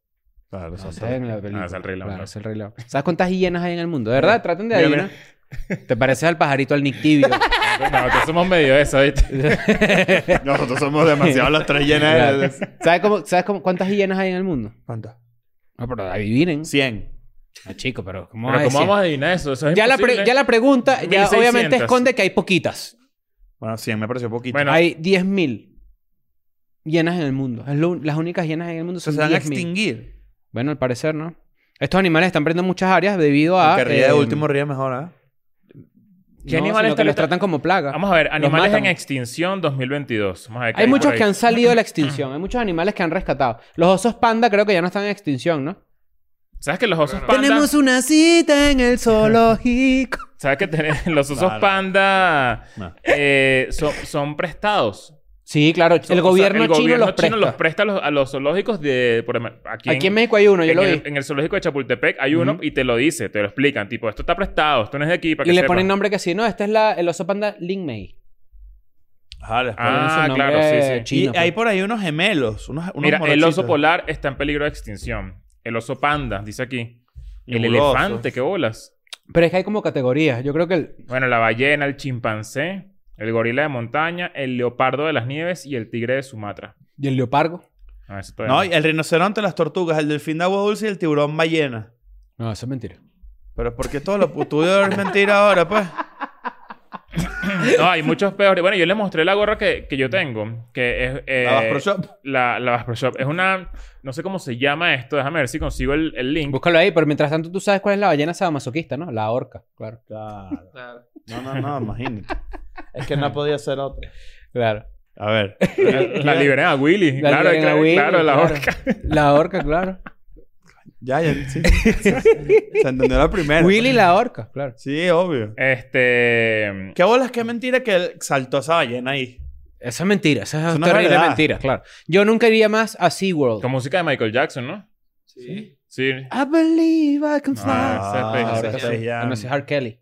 Claro,
No,
son
se ve en la película.
Ah, es el Rey León,
Claro,
claro.
es el Rey León. ¿Sabes cuántas hienas hay en el mundo? De verdad, traten de
Mira, mira.
adivinar. Te pareces al pajarito, al nictibio.
Nosotros somos medio eso, ¿viste?
tres. Nosotros somos demasiados los tres llenas de...
¿Sabes, cómo, sabes cómo- cuántas hienas hay en el mundo?
¿Cuántas?
No, pero adivinen.
100.
Ah, chico, pero ¿cómo, vas a
Pero ¿cómo
decir?
vamos a adivinar eso? Eso es
ya, la pre-
imposible.
ya la pregunta ya
1600.
obviamente esconde que hay poquitas.
Bueno, 100 me pareció poquito.
Bueno,
Hay 10.000 hienas en el mundo. Es lo- las únicas hienas en el mundo
se
son
van a
10.000.
extinguir.
Bueno, al parecer, ¿no? Estos animales están perdiendo muchas áreas debido a...
El que ríe de
eh,
último ríe mejor, ¿ah?
¿Qué
no,
animales
sino que
están-
los tratan como plaga.
Vamos a ver, animales
matan.
en extinción 2022. Vamos a ver qué
Hay muchos
por
que
ahí.
han salido de la extinción. Hay muchos animales que han rescatado. Los osos panda creo que ya no están en extinción, ¿no?
¿Sabes que los osos
Bueno.
panda...
una cita en el zoológico.
¿Sabes que tenés- los osos
Claro.
panda
No.
eh, son, son prestados?
Sí, claro. El,
Son- o sea,
gobierno,
el
chino
gobierno
los presta.
a, los, a los zoológicos de... Por, ejemplo, aquí,
Aquí en México hay uno, yo
en
lo
el,
vi.
en el zoológico de Chapultepec hay uno
Ujú.
y te lo dice, te lo explican. Tipo, esto está prestado, esto no es de aquí. Para que
Y le
sepas.
ponen nombre que sí. No, este es la, el oso panda Ling Mei.
Ajá, les
Ah,
Ponen su nombre
claro, sí, sí.
chino,
y hay
pues.
por ahí unos gemelos, unos, unos
Mira, el oso
morochitos.
polar está en peligro de extinción. El oso panda, dice aquí. El
Nebuloso.
elefante, qué bolas.
Pero es que hay como categorías. Yo creo que el...
Bueno, la ballena, el chimpancé, el gorila de montaña, el leopardo de las nieves y el tigre de Sumatra.
Y el leopardo.
No, eso todavía
No,
no.
y el rinoceronte, las tortugas, el delfín de agua dulce y el tiburón ballena.
No, eso es mentira.
Pero ¿por qué todo lo putudo es mentira ahora, pues?
No, hay muchos peores. Bueno, yo les mostré la gorra que, que yo tengo, que es...
Mm.
eh,
La Bass Pro Shop.
La, la Bass Pro Shop. Es una... No sé cómo se llama esto. Déjame ver si consigo el, el link.
Búscalo ahí. Pero mientras tanto tú sabes cuál es la ballena sadomasoquista, ¿no? La orca, claro.
Claro.
Claro.
No, no, no, imagínate. Es que no podía ser otra.
Claro.
A ver.
La, la liberé a Willy.
La
claro,
Lorena
claro,
Will,
claro, la
claro.
orca.
La orca, claro.
Ya, ya, sí. Se entendió la primera. pues.
Willy la orca, claro.
Sí, obvio.
Este...
¿Qué bolas? ¿Qué mentira que él saltó esa ballena ahí?
Eso es mentira. Eso es
Eso no es
terrible
verdad.
mentira, claro. Yo nunca iría más a SeaWorld.
Con música de Michael Jackson, ¿no?
Sí.
Sí.
I believe I can fly.
Ah,
Ah,
Space
Space
Ahora sí. Ah,
Jam.
no, ese es R. Kelly.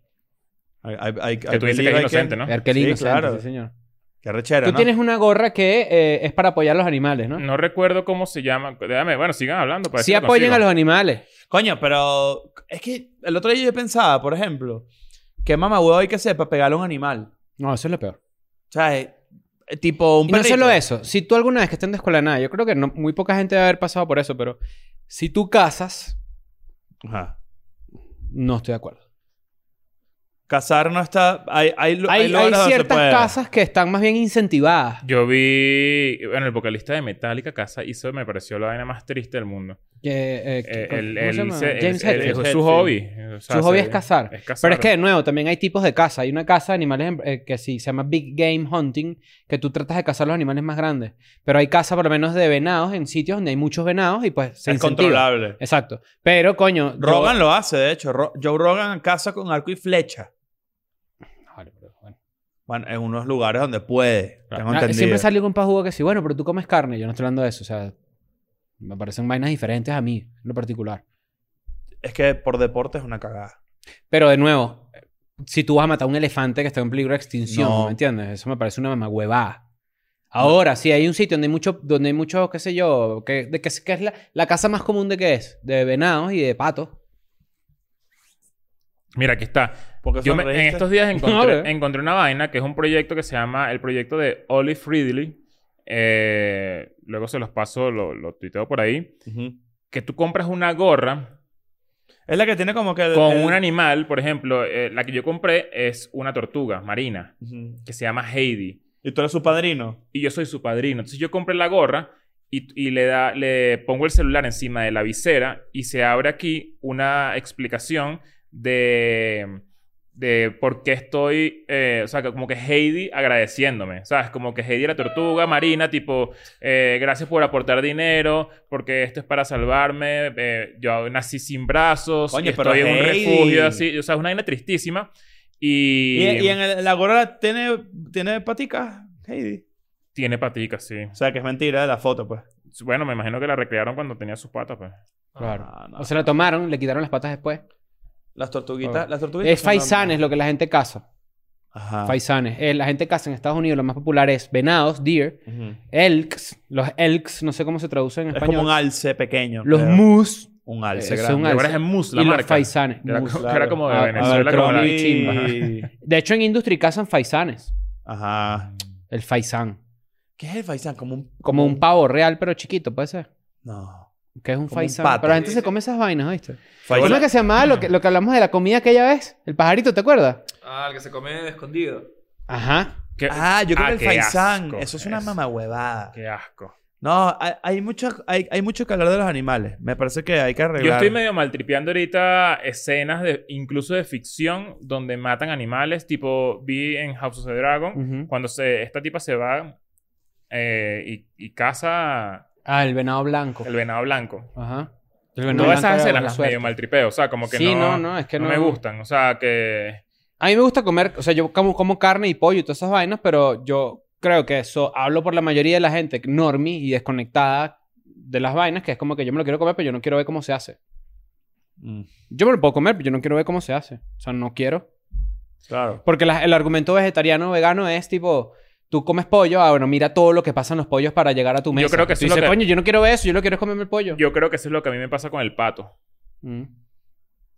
I- I- I-
Que
I
tú dices que
believe
es
I
inocente,
can.
¿no?
R. Kelly,
Sí,
inocente,
claro.
sí, señor.
Qué rechera,
Tú
¿no?
tienes una gorra que eh, es para apoyar a los animales, ¿no?
No recuerdo cómo se llama. Déjame, bueno, sigan hablando. para
sí
ver si lo
apoyen a
pues consigo.
los animales.
Coño, pero es que el otro día yo pensaba, por ejemplo, que mamá huevo hay que hacer para pegarle a un animal.
No, eso es lo peor.
O sea, eh, eh, tipo un
Y no
perrito.
solo eso. Si tú alguna vez que estén de escuela de nada, yo creo que no- muy poca gente debe haber pasado por eso, pero si tú cazas,
Ajá.
no estoy de acuerdo.
Cazar no está. Hay, hay, lu- hay
Hay, hay
lugares donde se
ciertas
puede.
casas que están más bien incentivadas.
Yo vi, bueno, el vocalista de Metallica Casa hizo, me pareció la vaina más triste del mundo.
Que, eh, que-
Eh,
¿cómo
El,
se
el-
llama?
se- el-
James
el-
Hetfield.
es su
Hetfield.
hobby. O sea,
Su hobby
se-
es cazar.
es cazar.
Pero es que, de nuevo, también hay tipos de caza. Hay una caza de animales en- eh, que sí, se llama Big Game Hunting, que tú tratas de cazar los animales más grandes. Pero hay caza, por lo menos, de venados en sitios donde hay muchos venados y pues se
Es
incentiva.
controlable.
Exacto. Pero, coño... yo-
Rogan lo hace, de hecho. Ro- Joe Rogan caza con arco y flecha.
Ah, Vale, pero bueno.
Bueno, en unos lugares donde puede. Tengo
Ah,
entendido.
Siempre salió con pajugo que sí, bueno, pero tú comes carne. Yo no estoy hablando de eso. O sea, me parecen vainas diferentes a mí, en lo particular.
Es que por deporte es una cagada.
Pero, de nuevo, si tú vas a matar a un elefante que está en peligro de extinción,
No.
¿me entiendes? Eso me parece una mamagüevada. Ahora, si hay un sitio donde hay mucho, donde hay mucho, qué sé yo, que, de, que, que es la, la casa más común de qué es, de venados y de patos.
Mira, aquí está.
Porque
Yo me- en
sonreíste.
estos días
No,
encontré,
bebé.
encontré una vaina que es un proyecto que se llama el proyecto de Olive Ridley. Eh, luego se los paso, lo, lo tuiteo por ahí.
Ujú.
Que tú compras una gorra
Es la que tiene como que. el-
con
el-
un animal, por ejemplo, eh, la que yo compré es una tortuga marina
Ujú.
que se llama Heidi.
Y tú eres su padrino.
y yo soy su padrino. Entonces yo compré la gorra y, y le, da, le pongo el celular encima de la visera y se abre aquí una explicación de, de por qué estoy, eh, o sea, que como que Heidi agradeciéndome, ¿sabes? Como que Heidi era tortuga marina, tipo, eh, gracias por aportar dinero, porque esto es para salvarme, eh, yo nací sin brazos,
Coño, pero
estoy en un
Heidi.
refugio así, o sea, es una vaina tristísima. Y,
Y, y en
em,
el- la gorra tiene, tiene paticas, Heidi.
tiene paticas, sí.
O sea, que es mentira la foto, pues.
Bueno, me imagino que la recrearon cuando tenía sus patas, pues.
Claro.
Ah, no.
O se la tomaron, le quitaron las patas después.
Las tortuguitas.
Ah.
Las tortuguitas.
Es
son las-
faisanes lo que la gente caza.
Ajá.
Ah.
Faisanes. Eh, la gente caza en Estados Unidos, lo más popular es venados, deer,
Ujú.
elks, los elks, no sé cómo se traducen en
Es como
español.
un alce pequeño.
los
creo.
moose
Un alce
Eh, es
grande.
un
¿Te
alce.
acuerdas en Mus, la
y los
marca?
faisanes.
Era,
Moose.
como- que era como de
A- a
Venezuela. como la-
Abercrombie.
De hecho, en Industry cazan faisanes.
Ajá.
El faisán.
¿Qué es el faisán? Como un.
Como un pavo real, pero chiquito, puede ser.
No.
Que es un
Como un
faisán.
pato.
pero la gente
Sí,
se
sí.
come esas vainas, ¿viste?
Faisán.
¿Cómo es que se llamaba lo que, lo que hablamos de la comida aquella vez? El pajarito, ¿te acuerdas?
Ah, el que se come escondido.
Ajá.
Que-
Ah, yo creo
Ah,
que el
qué
faisán.
asco.
Eso es una
Es-
mamahuevada.
Qué asco.
No, hay, hay mucho, hay, hay mucho que hablar de los animales. Me parece que hay que arreglar.
Yo estoy medio maltripeando ahorita escenas de, incluso de ficción donde matan animales. Tipo, vi en House of the Dragon
Ujú.
cuando se, esta tipa se va eh, y, y caza
Ah, el venado blanco.
el venado blanco.
Ajá. El
Todas
blanco
esas
era buena
escenas las
suerte.
medio maltripeo. O sea, como que
Sí,
no,
no, no, es que
me
no-
gustan. O sea, que...
A mí me gusta comer, o sea, yo como, como carne y pollo y todas esas vainas, pero yo creo que eso hablo por la mayoría de la gente normie y desconectada de las vainas, que es como que yo me lo quiero comer, pero yo no quiero ver cómo se hace.
Mm,
Yo me lo puedo comer, pero yo no quiero ver cómo se hace. O sea, no quiero.
claro.
Porque la- el argumento vegetariano vegano es tipo, tú comes pollo, ah, bueno, mira todo lo que pasan los pollos para llegar a tu
Yo
mesa.
creo que
Tú
eso es lo
dices,
que-
coño, yo no quiero ver eso, yo lo quiero es comerme el pollo.
Yo creo que eso es lo que a mí me pasa con el pato.
Mm.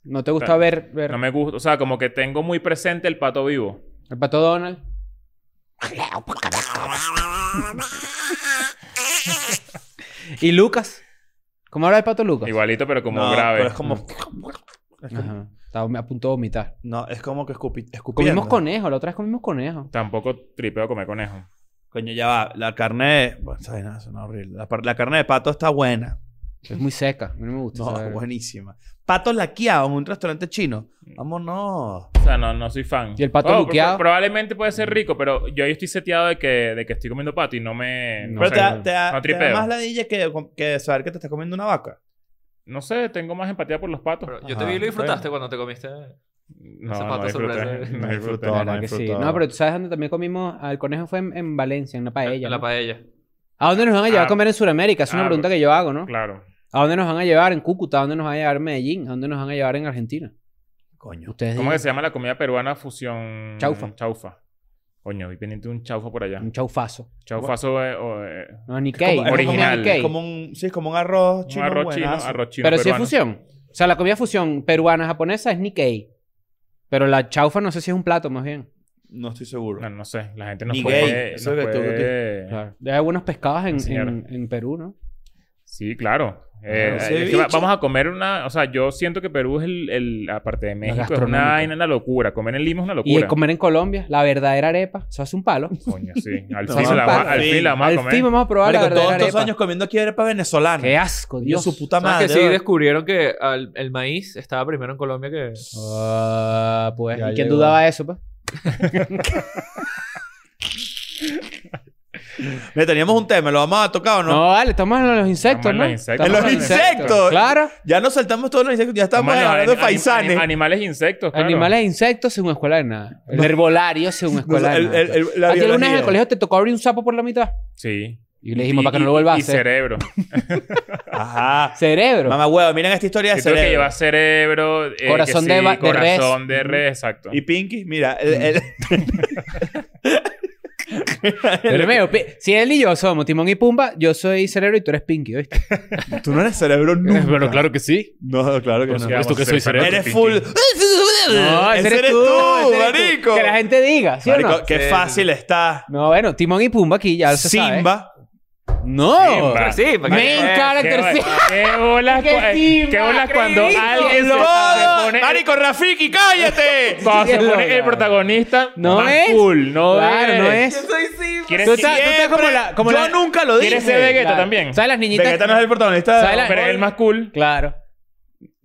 No te gusta
Claro.
ver, ver
No me gusta. O sea, como que tengo muy presente el pato vivo.
el pato Donald. y Lucas. ¿Cómo habla el pato Lucas?
Igualito, pero como
No,
grave. Mm.
Pero es como. es como-
Ajá. Estaba me- a punto de vomitar.
no, es como que escupi, escupiendo.
Comimos conejo, la otra vez comimos conejo.
Tampoco tripeo comer conejo.
Coño, ya va. La carne. Bueno, sabes, no, suena horrible. La, par- la carne de pato está buena.
Es muy seca, a mí no me gusta.
No,
esa verga.
buenísima. Pato laqueado en un restaurante chino. Vámonos.
O sea, Mm. no, no soy fan.
¿Y el pato
Oh, pro-
luqueado?
probablemente puede ser rico, pero yo ahí estoy seteado de que, de que estoy comiendo pato y no me... No,
No
Pero
sé,
te, da-
no
te da- te da
tripeo.
más ladilla que, que saber que te estás comiendo una vaca.
no sé, tengo más empatía por los patos.
Pero yo te
Ajá,
vi y lo disfrutaste
bueno.
cuando te comiste.
no,
ese
no
pato
disfruté,
sorpresa.
No
No
disfruté.
disfrutó.
Claro
no,
que sí.
disfrutado.
No, pero tú sabes dónde también comimos. Al conejo fue en, en Valencia, en una paella.
en la
¿no?
paella.
¿A dónde nos van a llevar
Ah,
a comer en Sudamérica? Es una
ah,
pregunta que yo hago, ¿no?
Claro.
¿A dónde nos van a llevar en Cúcuta? ¿A dónde nos van a llevar en Medellín? ¿A dónde nos van a llevar en Argentina?
Coño.
Ustedes
¿Cómo que
digan.
se llama la comida peruana fusión?
Chaufa.
Chaufa. Coño, vi pendiente de un chaufa por allá.
Un chaufazo.
Chaufazo eh, o, eh,
No, ni
Es como-
cake.
es como-
Original.
es como un, sí, es como un arroz
un
chino.
arroz chino,
buenazo.
arroz chino
Pero sí es
peruano.
fusión. O sea, la comida fusión peruana-japonesa es Nikkei. Pero la chaufa no sé si es un plato, más bien.
No estoy seguro.
No, no sé. La gente nos
Ni
puede...
gay. Eso
nos
es que tú-
puede-
Hay algunos pescados en,
Enseñar.
en- en Perú, ¿no?
Sí, claro. Eh,
Claro,
es
ceviche.
que va- vamos a comer una... O sea, yo siento que Perú es el... el- aparte de México, es una
gastronómico.
vaina, una locura. Comer en Lima es una
Y
locura.
el comer en Colombia, la verdadera arepa. Eso hace un palo.
Coño, sí. Al
No,
fin la
para-
vamos a- al fin la vamos a
Al
comer.
fin vamos a probar
Marico,
la
todos
verdadera
estos
arepa.
años comiendo aquí arepa venezolana.
Qué asco,
Dios,
Dios.
su puta
¿Sabes
madre.
que sí
bro.
descubrieron que al- el maíz estaba primero en Colombia que...
Ah, pues,
Ya
¿y quién
llegó.
dudaba de eso, pues?
Mira, teníamos un tema, ¿lo vamos a tocar o no?
No, vale, estamos en los insectos,
Estamos
¿no?
en los insectos.
Estamos
¡En los insectos!
Claro.
Ya nos saltamos todos los insectos, ya estamos
Bueno,
hablando de
anim- anim-
faisanes.
anim- animales e insectos, claro.
Animales e insectos según escuela de nada. El herbolario según
No,
escuela de
Pues el-
nada.
el- el- la
¿A ti alguna vez en
biología.
Ah, el colegio te tocó abrir un sapo por la mitad?
Sí.
Y le dijimos,
Y-
para que no
y-
lo vuelvas a
Y
hacer.
cerebro.
Ajá.
Cerebro.
Mamá huevo, miren esta historia de
Yo creo que
cerebro.
lleva cerebro. eh, que
Corazón de
sí,
va- de
Corazón
res.
de res, exacto.
Y Pinky, mira, el, el-
Pero medio pi- si él y yo somos Timón y Pumba, yo soy cerebro y tú eres Pinky, ¿viste?
tú no eres cerebro nunca.
claro que sí.
No, claro que
Por
no.
supuesto que soy cerebro.
Eres full.
No, ese, eres tú, ese eres tú.
marico.
Que la gente diga, ¿sí o
Marico,
no?
qué
Sí, sí,
fácil está.
No, bueno, Timón y Pumba aquí ya se sabe.
Simba.
No.
Ah,
Simba.
Sí, Eh, para que...
Main character
Qué-
Simba.
Qué bolas,
Qué
cu- eh,
Simba,
qué bolas cuando
increíble.
alguien se,
Lo-
se
¡Oh!
pone.
Marico, Rafiki, cállate.
cuando se
Sí, lo-
pone el protagonista.
No
más
es.
cool, no
Claro, no
Yo
es.
soy Simba.
¿Quieres
Tú
que-
estás, tú estás como la... Como
Yo
la-
nunca lo
¿Quieres
dije.
ser Vegeta
Claro.
también?
¿Sabes las niñitas?
Vegeta no es el protagonista.
¿Sabes la-
Pero es el más cool.
Claro.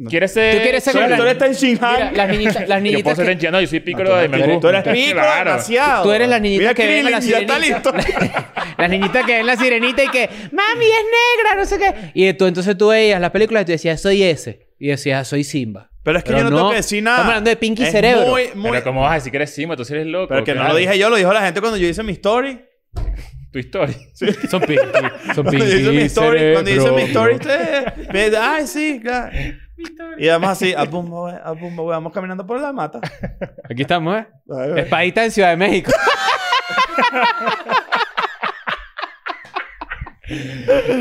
¿Quieres ser.?
¿Tú quieres ser
Su
Soy-
como
actor
la-
está en Shinhan.
Mira, las niñitas, las
Yo puedo
niñitas
ser
que,
enchiano, yo soy
tú
pícaro de
eres-
Melbourne.
tú eres pico
Claro.
demasiado.
Tú eres las niñitas
Mira,
que ven a la
Krillin, ya está
sirenita.
listo.
las niñitas que ven la sirenita y que, mami, es negra, no sé qué. Y tú, entonces tú veías las películas y tú decías, soy ese. Y decías, "Ah, soy Simba.
Pero es que yo no tengo que decir nada.
Estamos hablando de Pinky
Es
Cerebro.
muy- muy-
Pero como vas a decir que eres Simba, tú sí eres loco.
Pero que no lo
claro.
dije yo, lo dijo la gente cuando yo hice mi story.
Tu historia.
Son Pinky. Son
Cuando
Pinky.
yo hice mi story, cuando yo hice mi
cerebro.
story, ustedes me dicen, ay, sí, claro. Y vamos así, "Ah, a pumba, güey, a pumba, güey, vamos caminando por la mata.
Aquí estamos, ¿eh?
Ay, güey.
Espadita en Ciudad de México.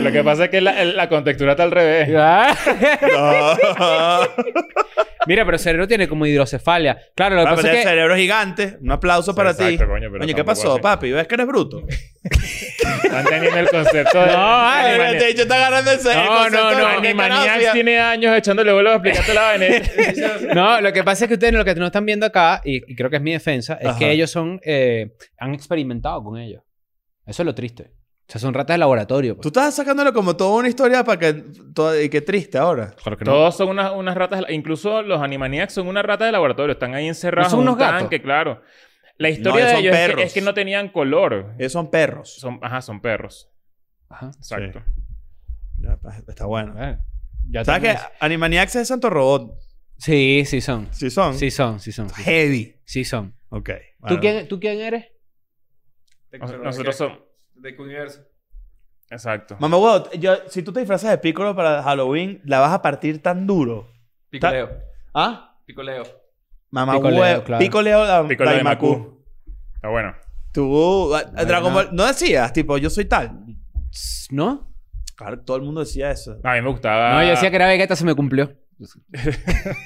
Lo que pasa es que la, el- la contextura está al revés.
No.
Mira, pero cerebro tiene como hidrocefalia. Claro, lo que
Papi,
pasa
tienes
es que...
cerebro gigante. Un aplauso
Sí,
para ti.
exacto, coño, pero
Oye, ¿qué
tampoco
pasó,
así.
papi? ¿Ves que eres bruto?
No entendiendo el concepto de.
vale,
Ay,
Animani-
este bicho está agarrando el serio.
No, no, no,
Animaniacs tiene años echándole vuelo a explicarte la vaina.
No, lo que pasa es que ustedes lo que no están viendo acá, y, y creo que es mi defensa, es
Ajá.
que ellos son... eh, han experimentado con ellos. Eso es lo triste. O sea, son ratas de laboratorio.
Tú
pues.
estás sacándolo como toda una historia para que... toda- y qué triste ahora.
Claro que
Todos son unas, unas ratas, de la- incluso los Animaniacs son una rata de laboratorio, están ahí encerrados
¿No son
en un
unos gatos?
tanque, claro. La
No,
historia
ellos
de
son
ellos es que- es
perros.
que, no tenían color.
Ellos son perros.
Son, ajá, son perros.
Ajá.
Exacto.
Ya, pa- Está
Ah,
bueno.
Bueno, ya
¿Sabes qué?
tenemos-
Animaniacs es Santo Robot.
Sí, sí son.
Sí son.
Sí son, sí son. sí-
Heavy.
Sí son.
Ok.
¿Tú
bueno.
quién, ¿Tú quién eres?
Nos- Nosotros somos...
¿De qué universo?
Exacto.
Mamá, huevo, yo, si tú te disfrazas de Piccolo para Halloween, la vas a partir tan duro.
Picoleo.
¿Ah?
Picoleo.
Mamá,
Picoleo,
huevo.
claro.
Picoleo da,
Piccolo de
Daimaku.
Macu. Está bueno.
Tú, a- a
Bueno.
Dragon Ball, no decías, tipo, yo soy tal.
Tss, ¿No?
Claro, todo el mundo decía
Eh,
eso.
A mí me gustaba...
No, yo decía que era Vegeta, se me cumplió.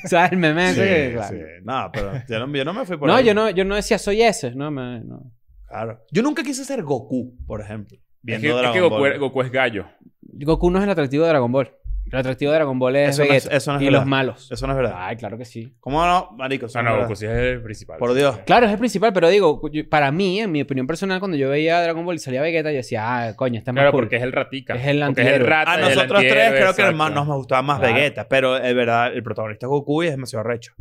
¿Sabes? El meme ese que- claro.
No, pero yo no, yo no me fui por
No,
ahí.
yo no, yo no decía soy ese. No, me- no.
Claro. Yo nunca quise ser Goku, por ejemplo.
Es
Viendo
que, es
Dragon
que Goku,
Ball.
era- Goku es gallo.
Goku no es el atractivo de Dragon Ball. El atractivo de Dragon Ball es
Eso no es-
Vegeta
eso no es
y
verdad.
los malos.
Eso no es verdad.
Ay, claro que sí.
¿Cómo no, marico? Eso
Ah,
es
No, no,
verdad.
Goku sí es el principal.
Por Dios.
Claro, es el principal, pero digo, yo- para mí, en mi opinión personal, cuando yo veía Dragon Ball y salía Vegeta, yo decía, ah, coño, está más
Claro,
cool.
porque es el ratica.
Es el
Porque Ah, es el
antihéroe.
rata
A
y el
Ah, nosotros tres
antihéroe,
creo que
exacto.
más nos gustaba más
Claro.
Vegeta, pero es verdad, el protagonista es Goku y es demasiado recho.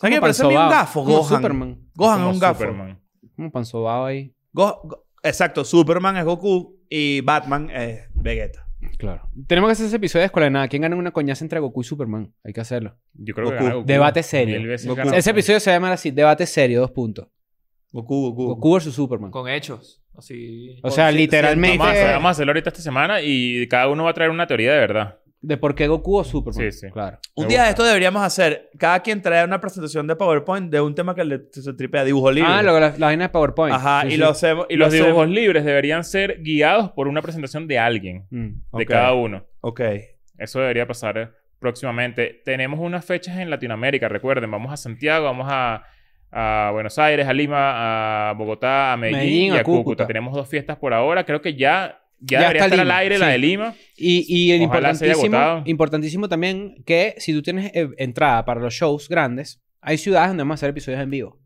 ¿Sabes qué? Me parece a mí un
panzobao.
gafo,
Como
Gohan.
Superman.
Gohan
Como
es un gafo.
Superman.
Como panzobao ahí.
Go- Go- Exacto, Superman es Goku y Batman es Vegeta.
Claro. Tenemos que hacer ese episodio de Escuela de Nada. ¿Quién gana una coñaza entre Goku y Superman? Hay que hacerlo.
Yo creo que
Goku.
gana Goku.
Debate serio.
Mil veces
Goku.
gana
Ese episodio se va a llamar así, debate serio, dos puntos.
Goku,
Uh.
Goku.
Goku versus Superman.
Con hechos. Así.
O sea,
Sí, sí,
literalmente
Vamos a, hacer- vamos a hacerlo ahorita esta semana y cada uno va a traer una teoría de verdad.
de por qué Goku o Superman.
Sí, sí.
Claro.
Un
Me
día
gusta.
de esto deberíamos hacer, cada quien trae una presentación de PowerPoint de un tema que le se tripea, dibujo libre.
Ah, lo, la, la vaina de PowerPoint.
Ajá,
Sí,
y
sí.
lo hacemos. Y
Y los
lo hacemos-
dibujos libres deberían ser guiados por una presentación de alguien,
Mm.
de
Ok.
cada uno.
Ok.
Eso debería pasar eh, próximamente. Tenemos unas fechas en Latinoamérica, recuerden. Vamos a Santiago, vamos a, a Buenos Aires, a Lima, a Bogotá, a Medellín,
Medellín,
y a,
a
Cúcuta.
Cúcuta.
Tenemos dos fiestas por ahora. Creo que ya, ya,
Ya
debería
está
estar
Lima,
al aire la
sí.
de Lima.
Y, y el
Ojalá se haya
importantísimo,
agotado.
importantísimo también que si tú tienes eh, entrada para los shows grandes, hay ciudades donde vamos a hacer episodios en vivo.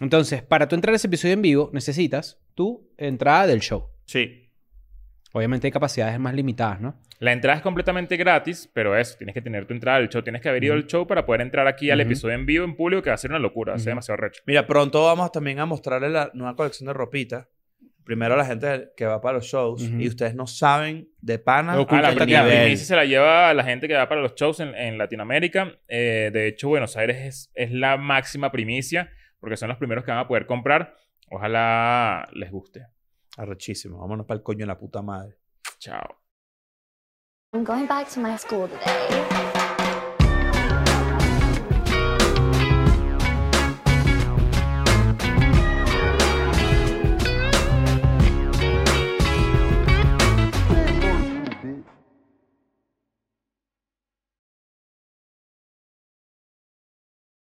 Entonces, para tú entrar a ese episodio en vivo, necesitas tu entrada del show.
Sí.
Obviamente hay capacidades más limitadas, ¿no?
La entrada es completamente gratis, pero eso, tienes que tener tu entrada al show. Tienes que haber ido
Ujú.
al show para poder entrar aquí al
Ujú.
episodio en vivo, en público, que va a ser una locura. Va a ser
Ujú.
demasiado recho.
Mira, pronto vamos también a mostrarle la nueva colección de ropita. Primero a la gente que va para los shows
Ujú.
y ustedes no saben de pana
Goku
Ah, la,
el
está
pri- la
nivel.
primicia se la lleva a la gente que va para los shows en, en Latinoamérica. Eh, de hecho, Buenos Aires es, es la máxima primicia porque son los primeros que van a poder comprar. Ojalá les guste.
Arrechísimo. Vámonos para el coño de la puta madre.
Chao.
I'm going back to my school today.